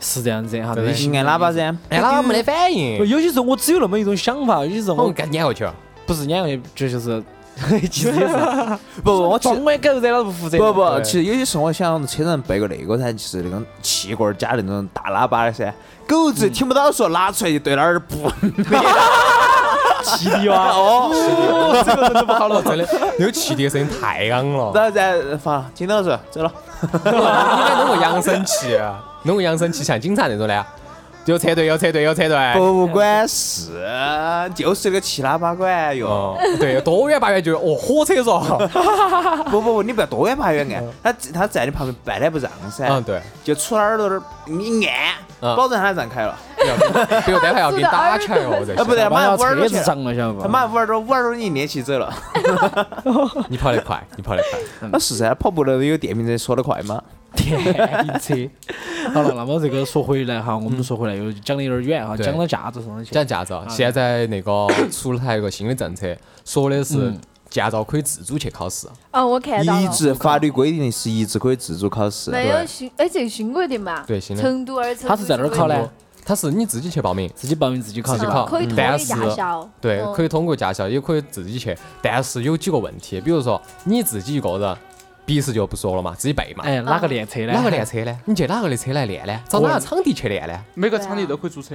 [SPEAKER 4] 是这样子哈，
[SPEAKER 3] 对
[SPEAKER 4] 那
[SPEAKER 2] 你按喇叭噻，
[SPEAKER 3] 哎，他没得反应，
[SPEAKER 4] 有些时候我只有那么一种想法，有些时候
[SPEAKER 3] 我
[SPEAKER 4] 我
[SPEAKER 3] 给他撵过去了。
[SPEAKER 4] 不是两个，这就是 <laughs> 其实也是 <laughs>
[SPEAKER 2] 不，我其实
[SPEAKER 4] 撞我也狗惹了不负责。
[SPEAKER 2] 不不，
[SPEAKER 3] 对
[SPEAKER 2] 其实有些时候我想车上备个那个噻，就是那种气罐儿加那种大喇叭的噻，狗子听不到说拿出来就对那儿不，
[SPEAKER 4] 气的哇！哦， <laughs> 这个人都不好了，真的。
[SPEAKER 3] <laughs> 那个汽笛声音太昂了，
[SPEAKER 2] 然后再放听到说走了，
[SPEAKER 3] 应该弄个扬声器，啊弄个扬声器像警察那种的，啊有车队，有车队，有车队。
[SPEAKER 2] 博物馆是就是那个气喇叭管哟，
[SPEAKER 3] 哦，对，多远八远就哦，火车嗦。
[SPEAKER 4] <laughs>
[SPEAKER 2] 不不不，你不要多远怕远按，他他站你旁边半天不让噻，
[SPEAKER 3] 哦嗯，对，
[SPEAKER 2] 就杵耳朵那儿你按，
[SPEAKER 3] 嗯
[SPEAKER 2] 保证他让开了，
[SPEAKER 3] 比如待会儿要给你打起来哦，我在
[SPEAKER 2] 啊
[SPEAKER 3] 想。
[SPEAKER 2] 不对，
[SPEAKER 4] 把
[SPEAKER 2] 马
[SPEAKER 4] 那
[SPEAKER 2] 上捂耳朵
[SPEAKER 4] 车
[SPEAKER 2] 去
[SPEAKER 4] 子
[SPEAKER 2] 了，
[SPEAKER 4] 涨了，晓得不？<laughs>
[SPEAKER 2] 他马上捂耳朵捂耳朵你撵起走了，
[SPEAKER 3] 你跑得快， <laughs> 你跑得快。
[SPEAKER 2] 那是噻，跑步的有电瓶车说得快吗？
[SPEAKER 4] 电瓶车。好了， <laughs> 那么这个说回来哈，我们说回来又讲的有点远哈，
[SPEAKER 3] 对
[SPEAKER 4] 讲到驾照上的去。
[SPEAKER 3] 讲驾照，啊现在那个出台一个新的政策，说的是
[SPEAKER 4] 嗯
[SPEAKER 3] 驾照可以自主去考试。啊
[SPEAKER 5] 哦，我看到
[SPEAKER 2] 一
[SPEAKER 5] 了。
[SPEAKER 2] 直法律规定是一直可以自主考试，
[SPEAKER 5] 没有
[SPEAKER 3] 对
[SPEAKER 5] 巡，哎，这个巡规定嘛？
[SPEAKER 3] 对巡的
[SPEAKER 5] 成都二成
[SPEAKER 4] 他是在哪儿考呢？
[SPEAKER 3] 它是你自己去报名，
[SPEAKER 4] 自己报名自己考
[SPEAKER 5] 自
[SPEAKER 3] 自
[SPEAKER 5] 己
[SPEAKER 3] 己考
[SPEAKER 5] 可以脱
[SPEAKER 3] 但是
[SPEAKER 5] 离驾校。
[SPEAKER 3] 对，
[SPEAKER 5] 嗯
[SPEAKER 3] 可以通过驾校，也可以自己去，但是有几个问题，比如说你自己一个人，笔试就不说了嘛，自己背嘛。
[SPEAKER 4] 哎，哪个练车呢？
[SPEAKER 3] 哪个练？车呢？你去哪个的车来练呢？找哪个场地去练呢？
[SPEAKER 6] 每个场地都可以租车，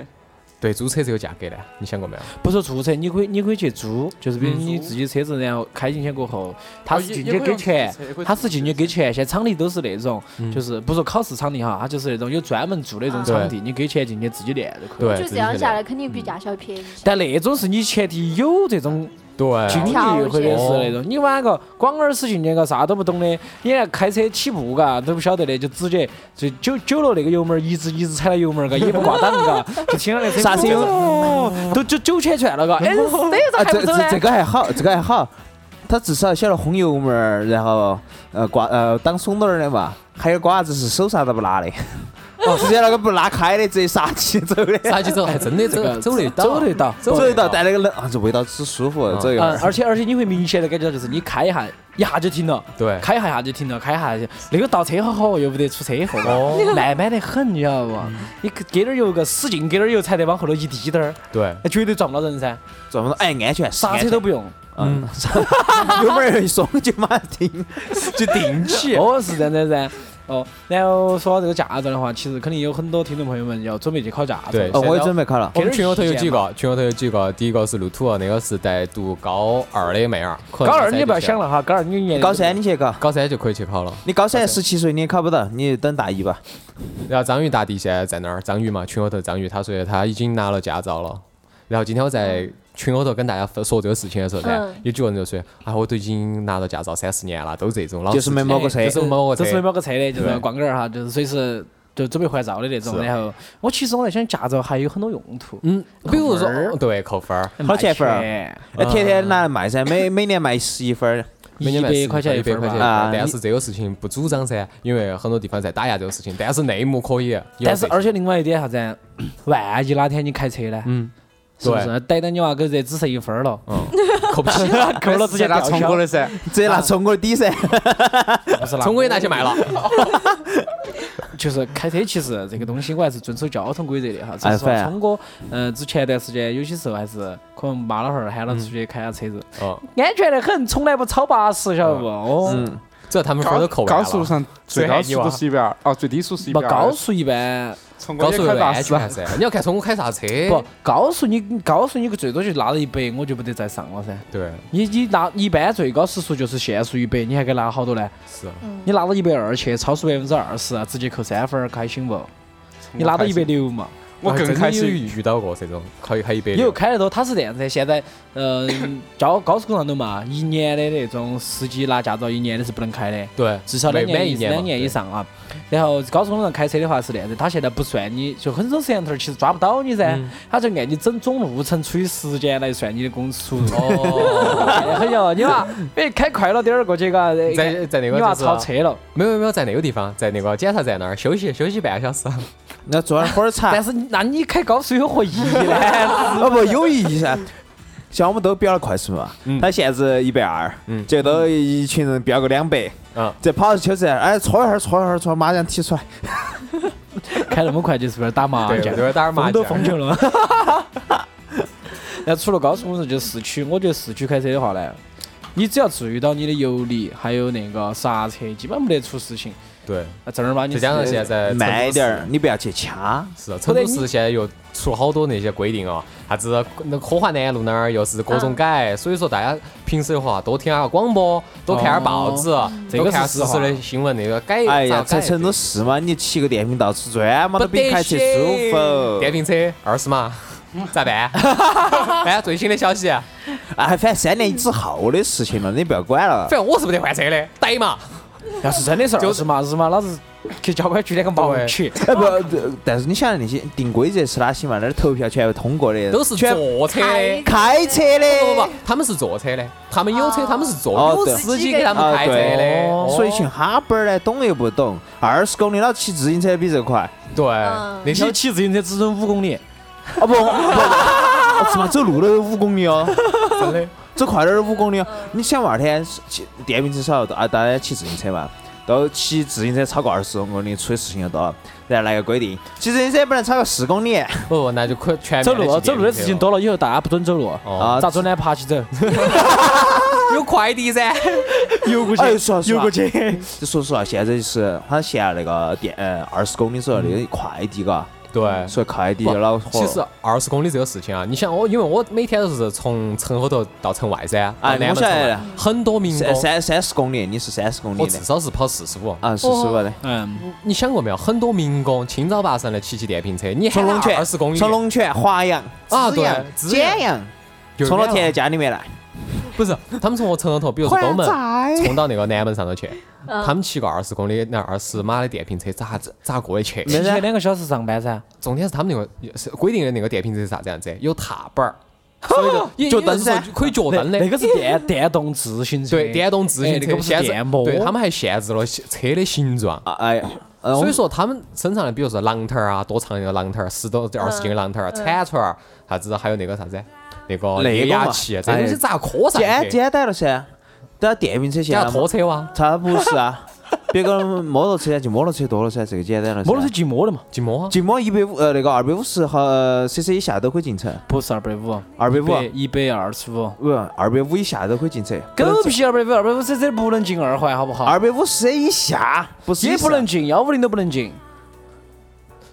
[SPEAKER 3] 对，租车这个价格呢，你想过没有？
[SPEAKER 4] 不是租车，你可以你可以去租，就是比如你自己车子，然后开进去过后，他
[SPEAKER 6] 嗯哦
[SPEAKER 4] 是
[SPEAKER 6] 也
[SPEAKER 4] 进
[SPEAKER 6] 也
[SPEAKER 4] 去
[SPEAKER 6] 可以
[SPEAKER 4] 给
[SPEAKER 6] 用
[SPEAKER 4] 钱
[SPEAKER 6] 自己车也可，以
[SPEAKER 4] 他
[SPEAKER 6] 自
[SPEAKER 4] 是
[SPEAKER 6] 己
[SPEAKER 4] 进去
[SPEAKER 6] 车
[SPEAKER 4] 给钱。现在场地都是那种，就是不说考试场地哈，他就是那种有专门做的那种场地，你给钱进去自己练就可以。
[SPEAKER 3] 对，
[SPEAKER 5] 就
[SPEAKER 3] 自
[SPEAKER 5] 这
[SPEAKER 3] 己去
[SPEAKER 5] 样下来，
[SPEAKER 3] 练
[SPEAKER 5] 肯定比驾校便宜些。
[SPEAKER 4] 但那种是你前提有这种经
[SPEAKER 3] 对，啊
[SPEAKER 4] 历
[SPEAKER 5] 条件
[SPEAKER 4] 或者是那种，你玩个光耳死进去个啥都不懂的，你看开车起步嘎都不晓得的，就直接就久久了那个油门儿一直一直踩到油门儿嘎，也不挂档嘎， <laughs> 就听到那车
[SPEAKER 2] 刹车油
[SPEAKER 4] 哦都就九圈圈了嘎，哎，这
[SPEAKER 2] 啊，
[SPEAKER 4] 还
[SPEAKER 2] 这
[SPEAKER 4] 不走
[SPEAKER 2] 这这
[SPEAKER 4] 呢？
[SPEAKER 2] 个还好，这个还好，他至少晓得轰油门
[SPEAKER 3] <laughs>
[SPEAKER 2] 儿，然后呃挂呃挡松斗儿的嘛，还有瓜子是手啥都不拿的，直接那个不拉开的，直接杀起走的，
[SPEAKER 3] 撒起走还哎真的 <laughs> 这个走得到，
[SPEAKER 4] 走得到
[SPEAKER 2] 走一道，
[SPEAKER 3] 但
[SPEAKER 2] 但那个冷啊，这味道只舒服，走一会
[SPEAKER 4] 嗯，
[SPEAKER 2] 儿。
[SPEAKER 4] 而且而且你会明显的感觉到，就是你开一下，一下就停了，
[SPEAKER 3] 对
[SPEAKER 4] 开一下一下就停了，开一下就那个倒车好好，又不得出车祸，哦，慢慢得很，你晓得不？你给点儿油，个使劲给点儿油，才得往后头一滴点儿，
[SPEAKER 3] 对，
[SPEAKER 4] 那绝对撞不到人噻，
[SPEAKER 2] 怎么说？哎，安全，
[SPEAKER 4] 刹车都不用。
[SPEAKER 2] 嗯，油门儿一松就马上停，就定 <laughs> 起。
[SPEAKER 4] 哦，是这样的噻。 <laughs> 哦，然后说到这个驾照的话，其实肯定有很多听众朋友们要准备去考驾照。呃
[SPEAKER 3] 对
[SPEAKER 2] 哦，我也准备考了。
[SPEAKER 3] 我们群里头有几个，群里头有几个，第一个是路途，那个是在读高二的妹儿，可能
[SPEAKER 4] 高二
[SPEAKER 3] 高三
[SPEAKER 4] 你不要
[SPEAKER 3] 就去
[SPEAKER 4] 想，了哈，高二你年龄
[SPEAKER 2] 高三你去搞，
[SPEAKER 3] 高三就可以去考了。
[SPEAKER 2] 哎你高三十七岁你也考不到，你等大一吧。
[SPEAKER 3] 然后章鱼大帝现在在那儿，章鱼嘛，群里头章鱼他说他已经拿了驾照了。然后今天我在群里头跟大家分说这个事情的时候噻
[SPEAKER 5] 嗯，
[SPEAKER 3] 有几个人就说啊，我都已经拿了驾照三四年了，都这种老
[SPEAKER 2] 就是没摸过车
[SPEAKER 3] 就是没摸过车
[SPEAKER 4] 这，是没摸个车的，就是
[SPEAKER 3] 对
[SPEAKER 4] 逛个儿哈，就是随时就准备换照的那种。
[SPEAKER 3] 是
[SPEAKER 4] 然后我其实我在想，驾照还有很多用途，
[SPEAKER 3] 嗯，比如
[SPEAKER 4] 扣分儿
[SPEAKER 3] 说对扣分儿，
[SPEAKER 2] 好钱分儿
[SPEAKER 4] 卖
[SPEAKER 2] 哎，天天拿来卖噻，每每年卖十一分儿。 <laughs>
[SPEAKER 3] 每年卖
[SPEAKER 4] 100块钱
[SPEAKER 3] 一
[SPEAKER 4] 一
[SPEAKER 3] 百
[SPEAKER 4] 份
[SPEAKER 3] 块
[SPEAKER 4] 儿吧
[SPEAKER 3] 钱一份
[SPEAKER 2] 啊
[SPEAKER 3] 儿，但是这个事情不主张噻，因为很多地方在打压这个事情，但是内幕可以有这些。
[SPEAKER 4] 但是而且另外一点啥
[SPEAKER 3] <coughs>
[SPEAKER 4] 子，万一哪天你开车呢？
[SPEAKER 3] 嗯，
[SPEAKER 4] 是不
[SPEAKER 3] 对
[SPEAKER 4] 是？逮到你娃狗这只剩一分儿了，
[SPEAKER 3] 嗯，
[SPEAKER 4] <laughs>
[SPEAKER 3] 扣不起，
[SPEAKER 4] 扣
[SPEAKER 3] <laughs> 啊
[SPEAKER 4] 了直接
[SPEAKER 6] 拿
[SPEAKER 4] 吊
[SPEAKER 6] 冲
[SPEAKER 4] 销
[SPEAKER 6] 过，的噻，
[SPEAKER 2] 直接拿冲我的底噻，
[SPEAKER 4] 不是拿
[SPEAKER 3] 中国也拿去
[SPEAKER 4] <laughs>
[SPEAKER 3] 卖了。
[SPEAKER 4] 就是开车，其实这个东西我还是遵守交通规则的哈。只
[SPEAKER 2] 哎
[SPEAKER 4] 是说
[SPEAKER 2] 反
[SPEAKER 3] 啊
[SPEAKER 2] 正
[SPEAKER 4] 聪哥，呃，之前一段时间有些时候还是可能妈老汉儿喊了出去开下车子，
[SPEAKER 3] 嗯哦，嗯
[SPEAKER 4] 安全得很，从来不超八十，晓得不？哦，
[SPEAKER 3] 主要他们分儿都扣
[SPEAKER 6] 高
[SPEAKER 3] 完了。
[SPEAKER 6] 高速上最高速度是一百二，哦，最低速是一
[SPEAKER 4] 不
[SPEAKER 6] 百二。
[SPEAKER 4] 高速一般
[SPEAKER 6] 从
[SPEAKER 3] 高
[SPEAKER 6] 高
[SPEAKER 3] 速
[SPEAKER 6] 速
[SPEAKER 3] 又
[SPEAKER 6] 开
[SPEAKER 3] 安
[SPEAKER 6] 八十，
[SPEAKER 3] 全噻，你要看从我开啥车。
[SPEAKER 4] 不高速你高速你最多就拉到一百，我就不得再上了噻。
[SPEAKER 3] 对，
[SPEAKER 4] 你你拿一般最高时速就是限速一百，你还给拿好多呢？
[SPEAKER 3] 是
[SPEAKER 4] 你拿到一百二去，超出百分之二十，啊直接扣三分儿，开心不？你拿到一百，六嘛？
[SPEAKER 6] 我
[SPEAKER 3] 还
[SPEAKER 6] 更
[SPEAKER 3] 真
[SPEAKER 6] 开
[SPEAKER 3] 有
[SPEAKER 6] 心。
[SPEAKER 3] 遇到过这种可以开一百
[SPEAKER 4] 以后
[SPEAKER 3] 六，
[SPEAKER 4] 开得多，他是这样子的。现在，嗯、交 <coughs> 高速公路上头嘛，一年的那种司机拿驾照，一年的是不能开的，
[SPEAKER 3] 对，
[SPEAKER 4] 至少两
[SPEAKER 3] 每每
[SPEAKER 4] 年
[SPEAKER 3] 一
[SPEAKER 4] 以
[SPEAKER 3] 年嘛
[SPEAKER 4] 两年以
[SPEAKER 3] 对
[SPEAKER 4] 上啊。然后高速公路上开车的话是那样子，他现在不算你，就很多摄像头其实抓不到你噻，
[SPEAKER 3] 嗯
[SPEAKER 4] 他就按你整总路程除以时间来算你的公速度。
[SPEAKER 3] 哦，
[SPEAKER 4] 很哟，哎你娃， <laughs> 哎，开快了点儿过去，嘎，
[SPEAKER 3] <laughs> 在在那
[SPEAKER 4] 你
[SPEAKER 3] 个
[SPEAKER 4] 娃
[SPEAKER 3] 就是
[SPEAKER 4] 超车了。
[SPEAKER 3] 没有没有没有，在那个地方，在那个检查站那儿休息休息半个小时。
[SPEAKER 2] 那坐会儿
[SPEAKER 3] 啊
[SPEAKER 2] 茶
[SPEAKER 4] 但。是那你开高速有何意义
[SPEAKER 3] <laughs>
[SPEAKER 4] 呢？
[SPEAKER 2] <laughs> 哦不，有意义噻。像我们都标了快速嘛，他限制一百二
[SPEAKER 3] 嗯，
[SPEAKER 2] 结果都一群人标个两百
[SPEAKER 3] 嗯，
[SPEAKER 2] 再跑到车子，哎，搓一会儿，搓一会儿，搓，马上踢出来。
[SPEAKER 4] 开那么快就是为了打麻
[SPEAKER 3] 对，
[SPEAKER 4] 将
[SPEAKER 3] 这。边打
[SPEAKER 4] 风
[SPEAKER 3] 麻将
[SPEAKER 4] 都。风球了。 <laughs> 那除了高速公路，就市区，我觉得市区开车的话呢，你只要注意到你的油离，还有那个刹车，基本上没得出事情。
[SPEAKER 3] 对，
[SPEAKER 4] 啊正儿八经
[SPEAKER 3] 再
[SPEAKER 4] 是。
[SPEAKER 3] 加上现在成
[SPEAKER 2] 慢
[SPEAKER 3] 都
[SPEAKER 2] 一
[SPEAKER 3] 市
[SPEAKER 2] 点儿，你不要去掐。
[SPEAKER 3] 是成都市现在又出好多那些规定哦，啥子那科华南路那儿又是各种改，所以说大家平时的话多听下广播，多看下报纸，
[SPEAKER 4] 这
[SPEAKER 3] 多
[SPEAKER 4] 个
[SPEAKER 3] 看下
[SPEAKER 4] 是
[SPEAKER 3] 实
[SPEAKER 4] 实
[SPEAKER 3] 时
[SPEAKER 4] 话
[SPEAKER 3] 的新闻，那个改
[SPEAKER 2] 哎呀，
[SPEAKER 3] 咋改
[SPEAKER 2] 在
[SPEAKER 3] 的
[SPEAKER 2] 成都市嘛，你骑个电瓶到处转嘛，
[SPEAKER 3] 不
[SPEAKER 2] 都比
[SPEAKER 3] 得
[SPEAKER 2] 开车舒服。
[SPEAKER 3] 电瓶车二十码， <laughs> 咋办？哎，最新
[SPEAKER 2] <laughs>
[SPEAKER 3] 的消息，反
[SPEAKER 2] 哎，反正三年之后的事情了，你不要管了。
[SPEAKER 3] 正我是不得换车的，逮嘛！
[SPEAKER 4] 要是真的是二十嘛，日嘛，老子去交管局那个毛
[SPEAKER 3] 对
[SPEAKER 4] 去。
[SPEAKER 2] 哎 <laughs> 不，呃但是你想那些定规则是哪些嘛？那儿投票全部通过的，
[SPEAKER 3] 都是
[SPEAKER 2] 全
[SPEAKER 3] 坐车的
[SPEAKER 5] 开。
[SPEAKER 2] 开车
[SPEAKER 3] 不不不
[SPEAKER 2] 的。，
[SPEAKER 3] 他们是坐车的，他们有车，
[SPEAKER 5] 哦
[SPEAKER 3] 他们是
[SPEAKER 2] 哦
[SPEAKER 3] 坐，有
[SPEAKER 2] 对
[SPEAKER 3] 司机给他们开车
[SPEAKER 2] 哦
[SPEAKER 3] 的，
[SPEAKER 2] 所以一群哈巴儿呢，懂又不懂，二十公里老骑自行车比这个快。
[SPEAKER 3] 对
[SPEAKER 5] 嗯
[SPEAKER 3] 那
[SPEAKER 4] 你
[SPEAKER 3] 些
[SPEAKER 4] 骑自行车只准五公里，
[SPEAKER 2] 啊不不，哦是吗？走路都有五公里哦，
[SPEAKER 3] 真的
[SPEAKER 2] 走快点儿有五公里哦。你想嘛，那天骑电瓶车少，啊大家骑自行车嘛，都骑自行车超过二十公里出的事情就多了。然后来个规定，骑自行车不能超过十公里。
[SPEAKER 3] 不不，那就可全面
[SPEAKER 4] 走
[SPEAKER 3] 地
[SPEAKER 4] 路
[SPEAKER 3] 去
[SPEAKER 4] 走路的事情多了，以后大家不准走路。
[SPEAKER 3] 哦，
[SPEAKER 2] 啊
[SPEAKER 4] 咋准呢？爬
[SPEAKER 3] <laughs>
[SPEAKER 4] 起走，
[SPEAKER 3] 有快递噻，
[SPEAKER 4] 游过
[SPEAKER 2] 哎，说实
[SPEAKER 4] 游
[SPEAKER 2] 话
[SPEAKER 4] 过，去。
[SPEAKER 3] <laughs>
[SPEAKER 2] 就说实话，现在就是好像限那个电呃二十公里左右那个快递，嘎，
[SPEAKER 3] 嗯对。
[SPEAKER 2] 说快递
[SPEAKER 3] 不
[SPEAKER 2] 就恼火。
[SPEAKER 3] <laughs> 其实二十公里这个事情啊，你想我，因为我每天都是从城后头到城外噻，
[SPEAKER 2] 哎
[SPEAKER 3] 到南
[SPEAKER 2] 我
[SPEAKER 3] 门城
[SPEAKER 2] 晓得
[SPEAKER 3] 外
[SPEAKER 2] 了
[SPEAKER 3] 很多民
[SPEAKER 2] 三
[SPEAKER 3] 工，
[SPEAKER 2] 三三十公里，你是三十公里
[SPEAKER 3] 我哦
[SPEAKER 2] 的
[SPEAKER 3] 至少是跑四十五。
[SPEAKER 2] 啊，是是吧的？
[SPEAKER 4] 嗯，
[SPEAKER 3] 你想过没有？很多民工清早八上的骑起电瓶车，你
[SPEAKER 2] 从龙泉
[SPEAKER 3] 二十公里，
[SPEAKER 2] 从龙泉、华阳、
[SPEAKER 3] 啊
[SPEAKER 2] 资阳
[SPEAKER 3] 对、资阳
[SPEAKER 2] 简阳，
[SPEAKER 3] 有
[SPEAKER 2] 从
[SPEAKER 3] 远
[SPEAKER 2] 到
[SPEAKER 3] 了
[SPEAKER 2] 田家里面来。
[SPEAKER 3] 不是，他们从我城头头，比如说东门，冲到那个南门上头去，他们骑个二十公里，那二十码的电瓶车咋子咋过得去？
[SPEAKER 2] 没
[SPEAKER 4] 提
[SPEAKER 2] 噻
[SPEAKER 4] 前两个小时上班噻。
[SPEAKER 3] 重点是他们那个是规定的那个电瓶车是啥子样子？有
[SPEAKER 2] <laughs>
[SPEAKER 3] 踏板儿，所以就也
[SPEAKER 2] 脚
[SPEAKER 3] 也就是
[SPEAKER 2] 蹬噻
[SPEAKER 3] 说可以脚蹬的
[SPEAKER 4] 那。个是电电动自行车，
[SPEAKER 3] 对，电动自行
[SPEAKER 4] 哎那
[SPEAKER 3] 车
[SPEAKER 4] 个不是
[SPEAKER 3] 限制
[SPEAKER 4] 电摩
[SPEAKER 3] 对他们还限制了车的形状，
[SPEAKER 2] 啊哎，呃，我
[SPEAKER 3] 所以
[SPEAKER 2] 们
[SPEAKER 3] 说他们身上的，比如说榔头儿啊，多长一个榔头儿，十多二十斤的榔头儿，铲铲儿，啥子啊还有那个啥子，那个
[SPEAKER 2] 那个
[SPEAKER 3] 液压
[SPEAKER 2] 嘛
[SPEAKER 3] 器，啊这东西
[SPEAKER 2] 哎
[SPEAKER 3] 咋磕上
[SPEAKER 2] 简
[SPEAKER 3] 去？
[SPEAKER 2] 简单了噻，都要电瓶车
[SPEAKER 3] 给
[SPEAKER 2] 现
[SPEAKER 3] 他
[SPEAKER 2] 在嘛
[SPEAKER 3] 拖车哇，
[SPEAKER 2] <laughs> 他不是啊，别个摩托车就摩托车多了噻，这个简单了噻。
[SPEAKER 4] 摩托车禁摩的嘛？
[SPEAKER 3] 禁摩啊，
[SPEAKER 2] 禁摩一百五呃那个二百五十呃毫 cc 以下都可以进城，
[SPEAKER 4] 不是二百五，
[SPEAKER 2] 二百五啊
[SPEAKER 4] 百一百二十五。
[SPEAKER 2] 不二百五以下都可以进城。
[SPEAKER 4] 狗屁二百五，二百五这这不能进二环，好不好？
[SPEAKER 2] 二百五十以下不是
[SPEAKER 4] 也不能
[SPEAKER 2] 进，
[SPEAKER 4] 进，幺五零都不能进，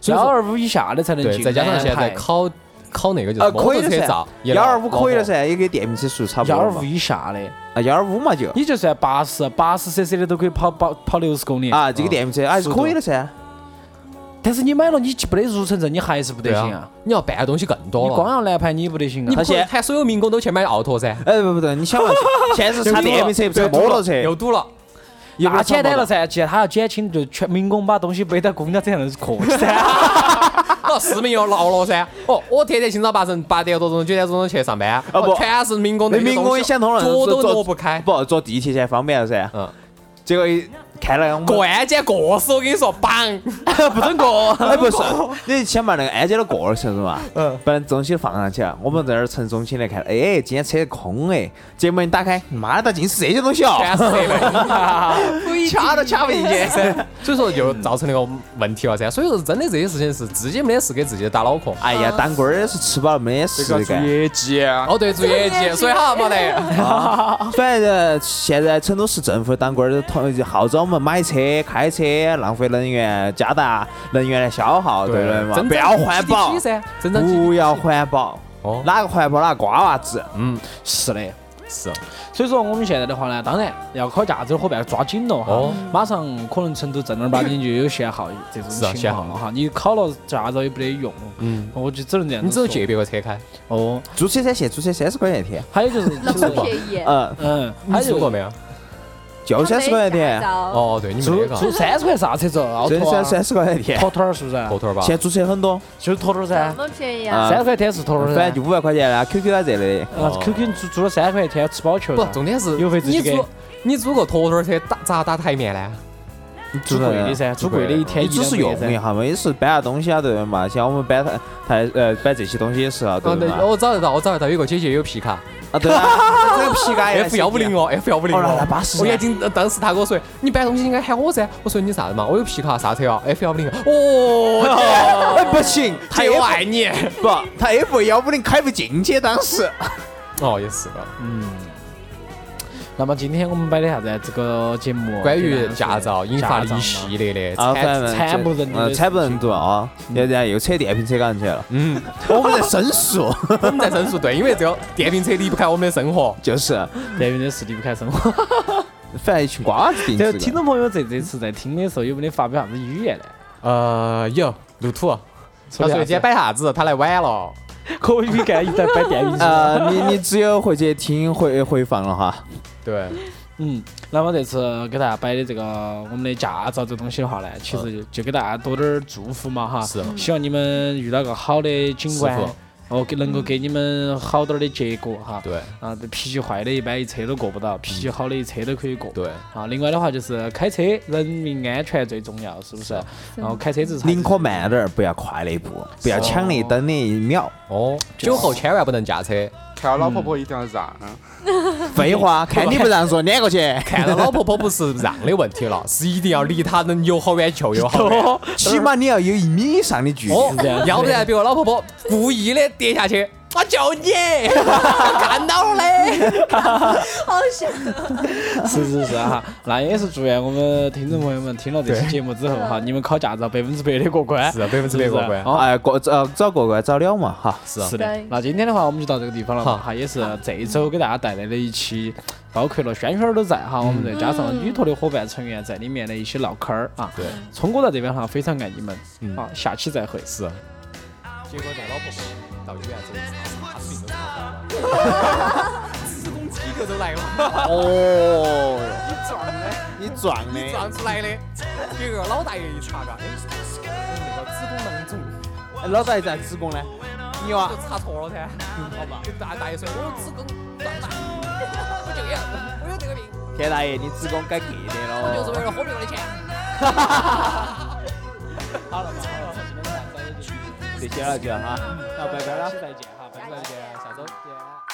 [SPEAKER 3] 所以
[SPEAKER 4] 幺
[SPEAKER 3] 说
[SPEAKER 4] 二五以下的才能
[SPEAKER 3] 对，
[SPEAKER 4] 进。哎
[SPEAKER 3] 再加上现在
[SPEAKER 4] 安排
[SPEAKER 3] 考考那个就
[SPEAKER 2] 呃
[SPEAKER 3] 是摩
[SPEAKER 2] 可以
[SPEAKER 3] 托
[SPEAKER 2] 的
[SPEAKER 3] 车
[SPEAKER 2] 噻
[SPEAKER 3] 照，，也
[SPEAKER 2] 幺二五
[SPEAKER 3] 恼
[SPEAKER 2] 可以
[SPEAKER 3] 火
[SPEAKER 2] 了噻，也跟电瓶车速度差不
[SPEAKER 4] 幺
[SPEAKER 2] 多
[SPEAKER 4] 二
[SPEAKER 2] 了
[SPEAKER 4] 五
[SPEAKER 2] 嘛。
[SPEAKER 4] 以下的，
[SPEAKER 2] 啊，幺二五嘛就
[SPEAKER 4] 你就算八十，八十 cc 的都可以跑跑跑六十公里
[SPEAKER 2] 啊，这个电瓶车还是
[SPEAKER 4] 速度
[SPEAKER 2] 可以的噻。
[SPEAKER 4] 但是你买了，你没得入城证，你还是不得
[SPEAKER 3] 对
[SPEAKER 4] 行
[SPEAKER 3] 啊！，你要办的东西更
[SPEAKER 4] 你
[SPEAKER 3] 多
[SPEAKER 4] 光
[SPEAKER 3] 了。
[SPEAKER 4] 要蓝牌，你不得行啊！
[SPEAKER 3] 哦你不可
[SPEAKER 2] 现
[SPEAKER 3] 以
[SPEAKER 2] 在
[SPEAKER 3] 喊所有民工都去买奥拓噻，
[SPEAKER 2] 哎，不不对，你想 <laughs> 嘛，现在是
[SPEAKER 3] 又
[SPEAKER 2] 查
[SPEAKER 3] 堵
[SPEAKER 2] 电
[SPEAKER 3] 了
[SPEAKER 2] 瓶车，不
[SPEAKER 3] 又
[SPEAKER 2] 查
[SPEAKER 3] 堵
[SPEAKER 2] 摩
[SPEAKER 3] 了
[SPEAKER 2] 托车，
[SPEAKER 3] 又堵了。
[SPEAKER 2] 又不
[SPEAKER 4] 那
[SPEAKER 2] 是查
[SPEAKER 4] 简
[SPEAKER 2] 摩
[SPEAKER 4] 单
[SPEAKER 2] 托
[SPEAKER 4] 了噻，既然他要减轻，就全民工把东西背到公交车上去过去噻。
[SPEAKER 3] 哦，市民又闹了�噻。哦，我天天清早八晨八点多钟、九点多钟去上班，
[SPEAKER 2] 哦不
[SPEAKER 3] 全是啊民工
[SPEAKER 2] 那
[SPEAKER 3] 个东西，
[SPEAKER 2] 民工也想通了，
[SPEAKER 3] 脚都
[SPEAKER 2] 坐
[SPEAKER 3] 挪不开。
[SPEAKER 2] 不坐地铁现在方便了噻。
[SPEAKER 3] 嗯，
[SPEAKER 2] 结果一看了我们
[SPEAKER 3] 过安检过死，我跟你说， <laughs> 棒！
[SPEAKER 2] 不准过。哎，不是，你先把那个安检都过了，晓得嘛？嗯。把东西放上去了，我们在那儿城中心来看，哎，今天车空哎，结果门打开，妈的，尽是这些东西哦，
[SPEAKER 3] <laughs> 全是设备，
[SPEAKER 2] 掐都掐不进去。
[SPEAKER 3] <laughs> 所以说又造成那个问题了噻。所以说真的这些事情是自己没得事给自己打脑壳。
[SPEAKER 2] 哎呀，当官儿的是吃饱了没得
[SPEAKER 6] 这
[SPEAKER 2] 事
[SPEAKER 6] 个做
[SPEAKER 2] 干。
[SPEAKER 6] 业绩啊，
[SPEAKER 3] 哦，对，做业绩，所以好没 <laughs> 得。
[SPEAKER 2] 反正现在成都市政府当官儿的同号召我们买车、开车，浪费能源，加大能源的消耗，对不对嘛？
[SPEAKER 3] 增长
[SPEAKER 2] 不要环保
[SPEAKER 3] GDP，噻，增长 GDP
[SPEAKER 2] 不要环保，
[SPEAKER 3] 哦，
[SPEAKER 2] 哪个环保哪个瓜娃子。
[SPEAKER 4] 是的，
[SPEAKER 2] 啊
[SPEAKER 3] 是
[SPEAKER 4] 所以说我们现在的话呢，当然要考驾照的伙伴抓紧了哈
[SPEAKER 3] 哦，
[SPEAKER 4] 马上可能成都正儿八经就有限号这种
[SPEAKER 3] 是啊
[SPEAKER 4] 情况了哈。你考了驾照也不得用，
[SPEAKER 3] 嗯，
[SPEAKER 4] 我就只能这样
[SPEAKER 3] 你
[SPEAKER 4] 子
[SPEAKER 3] 只能
[SPEAKER 4] 说
[SPEAKER 3] 借别个车开。
[SPEAKER 4] 哦。
[SPEAKER 2] 租车噻，现在租车三十块钱一天，
[SPEAKER 4] 还有就是，
[SPEAKER 5] 那
[SPEAKER 4] 其实
[SPEAKER 5] 么便宜，啊
[SPEAKER 2] 嗯，
[SPEAKER 4] 嗯，
[SPEAKER 3] 你
[SPEAKER 4] 还有
[SPEAKER 3] 租过没有？
[SPEAKER 2] 就三十块钱一
[SPEAKER 5] 点
[SPEAKER 2] 天，。
[SPEAKER 3] 哦，
[SPEAKER 5] 哦，
[SPEAKER 3] 对，你没
[SPEAKER 4] 租
[SPEAKER 3] 那个
[SPEAKER 4] 租三十块啥车子？奥
[SPEAKER 2] 真
[SPEAKER 4] 拓
[SPEAKER 2] 三
[SPEAKER 4] 啊、
[SPEAKER 2] 三十块钱一天。
[SPEAKER 4] 坨坨儿是不是？
[SPEAKER 3] 后头吧
[SPEAKER 2] 现？在租车很多，
[SPEAKER 4] 就是坨坨儿
[SPEAKER 5] 这
[SPEAKER 4] 噻，
[SPEAKER 5] 么便宜
[SPEAKER 2] 啊
[SPEAKER 5] 啊！
[SPEAKER 4] 三十块钱是坨坨儿
[SPEAKER 2] 反
[SPEAKER 4] 噻
[SPEAKER 2] 正就。五百块钱啦，QQ 啊这类的。
[SPEAKER 4] 啊，QQ 租租了三块一天，吃饱球
[SPEAKER 3] 不
[SPEAKER 4] 噻，
[SPEAKER 3] 重点是
[SPEAKER 4] 邮费自己
[SPEAKER 3] 你
[SPEAKER 4] 给
[SPEAKER 3] 租你租个坨坨车打咋打台面呢？
[SPEAKER 4] 租贵的噻，
[SPEAKER 3] 租
[SPEAKER 4] 租
[SPEAKER 3] 贵
[SPEAKER 4] 贵
[SPEAKER 3] 的
[SPEAKER 4] 的一天
[SPEAKER 2] 你
[SPEAKER 4] 啊一
[SPEAKER 2] 只是啊
[SPEAKER 4] 两
[SPEAKER 2] 用
[SPEAKER 4] 百噻
[SPEAKER 2] 一。下嘛，也是搬下东西啊，对不对嘛？像我们搬台台呃搬这些东西也是啊，对
[SPEAKER 3] 哦，
[SPEAKER 2] 不对
[SPEAKER 3] 对，
[SPEAKER 2] 嘛？
[SPEAKER 3] 我找得到，我找得到，有个姐姐有皮卡
[SPEAKER 2] 啊对啊，这个皮卡也
[SPEAKER 3] F 幺五零
[SPEAKER 2] 哦，
[SPEAKER 3] 哦，F 幺五零
[SPEAKER 2] 哦那那
[SPEAKER 3] 哦，
[SPEAKER 2] 巴适噻
[SPEAKER 3] 我眼睛呃当时他跟我说，你搬东西应该喊我噻，我说你啥子嘛，我有皮卡啥车啊？F 幺五零，哦，
[SPEAKER 2] 哎不行，他
[SPEAKER 3] 姐
[SPEAKER 2] F
[SPEAKER 3] 我爱你。
[SPEAKER 2] 不，他 F 幺五零开不进去，当时。
[SPEAKER 3] 哦，也是的。
[SPEAKER 4] 那么今天我们摆的啥子啊这个节目？
[SPEAKER 3] 关于驾照引发了
[SPEAKER 4] 驾照
[SPEAKER 3] 一
[SPEAKER 4] 嘛
[SPEAKER 3] 系列的
[SPEAKER 2] 啊，
[SPEAKER 3] 惨
[SPEAKER 2] 反正
[SPEAKER 4] 惨不忍睹
[SPEAKER 2] 嗯，
[SPEAKER 4] 的
[SPEAKER 2] 惨不忍睹啊！然后又扯电瓶车干去了，
[SPEAKER 3] 嗯，
[SPEAKER 2] 我们在申诉，
[SPEAKER 3] 我们在申诉，对，因为这个电瓶车离不开我们的生活。
[SPEAKER 2] <laughs> 就是
[SPEAKER 4] 电影的是离不开生活。
[SPEAKER 2] 反正一群瓜娃子定
[SPEAKER 4] 这个
[SPEAKER 2] 制的。
[SPEAKER 4] 听众朋友这这次在听的时候有没得发表啥子语
[SPEAKER 2] <laughs>
[SPEAKER 4] 言呢？
[SPEAKER 3] 呃，有路途，他
[SPEAKER 4] 说
[SPEAKER 3] 说
[SPEAKER 4] 啥
[SPEAKER 3] 今天
[SPEAKER 4] 子？
[SPEAKER 3] 摆啥子，他来晚了。
[SPEAKER 4] 可以干一段摆电影。
[SPEAKER 2] 呃，你你只有回去听回回放了哈。
[SPEAKER 3] 对，
[SPEAKER 4] 嗯，那么这次给大家摆的这个我们的驾照这东西的话呢，其实就就给大家多点儿祝福嘛哈。
[SPEAKER 3] 是
[SPEAKER 4] 希望你们遇到个好的警官
[SPEAKER 3] 师傅，
[SPEAKER 4] 哦，给能够给你们好点儿的结果哈。
[SPEAKER 3] 对，嗯
[SPEAKER 4] 啊，这脾气坏的一般一车都过不到，脾气好的一车都可以过。
[SPEAKER 3] 对。
[SPEAKER 4] 啊，另外的话就是开车，人民安全最重要，是不是？然后开车子才
[SPEAKER 2] 宁可慢点儿，不要快了一步，不要抢了一等的一秒。
[SPEAKER 3] 哦，酒后千万不能驾车，
[SPEAKER 6] 看到老婆婆一定要让。啊
[SPEAKER 2] <laughs> 废话，看你不让说，撵过去。
[SPEAKER 3] 看到老婆婆不是让的问 <laughs> 题了，是一定要离她能有好远就有好远。
[SPEAKER 2] 起码你要有一米以上的距离。
[SPEAKER 3] 哦
[SPEAKER 4] 这样，子
[SPEAKER 3] 要不然比如老婆婆故意的跌下去，我救你， <laughs> 我看到了嘞。
[SPEAKER 5] 好想
[SPEAKER 4] 是是是哈，那也是祝愿我们听众朋友们听了这期
[SPEAKER 3] 对
[SPEAKER 4] 节目之后哈，你们考驾照百分之百的过关，
[SPEAKER 3] 是啊百分之百
[SPEAKER 4] 是不是
[SPEAKER 3] 过关
[SPEAKER 4] 好
[SPEAKER 2] 哎，过早早过关早了嘛哈。
[SPEAKER 3] 是啊
[SPEAKER 4] 是的
[SPEAKER 5] 对，
[SPEAKER 4] 那今天的话我们就到这个地方了嘛
[SPEAKER 3] 好
[SPEAKER 4] 哈，也是这一周给大家带来的一期，包括了轩轩儿都在哈，我们
[SPEAKER 3] 嗯
[SPEAKER 4] 再加上女头的伙伴成员在里面的一些唠嗑儿啊。
[SPEAKER 3] 对，
[SPEAKER 4] 聪哥在这边哈，非常爱你们
[SPEAKER 3] 嗯
[SPEAKER 4] 啊，下期再会。
[SPEAKER 3] 是啊。结果在老婆婆到医院之后，啥事情都吵了，子宫肌瘤都来了。
[SPEAKER 2] 哦，你撞的，你撞
[SPEAKER 3] 撞出来的，给个老大爷一查嘎，哎，那个子宫囊肿，
[SPEAKER 2] 的。哎老大爷在子宫呢？你娃
[SPEAKER 3] 就查错了噻，嗯好吧？给大大爷说，我子宫胀大， <laughs> 我就要，我有这个病，
[SPEAKER 2] 田大爷，你子宫该给的
[SPEAKER 3] 我就是
[SPEAKER 2] 了
[SPEAKER 3] 为。了喝别个的钱。
[SPEAKER 4] 好了嘛，好了，基本上咱也就
[SPEAKER 2] 这些了就哈，
[SPEAKER 4] 那拜拜了，下期再见哈，拜拜再见，下周见。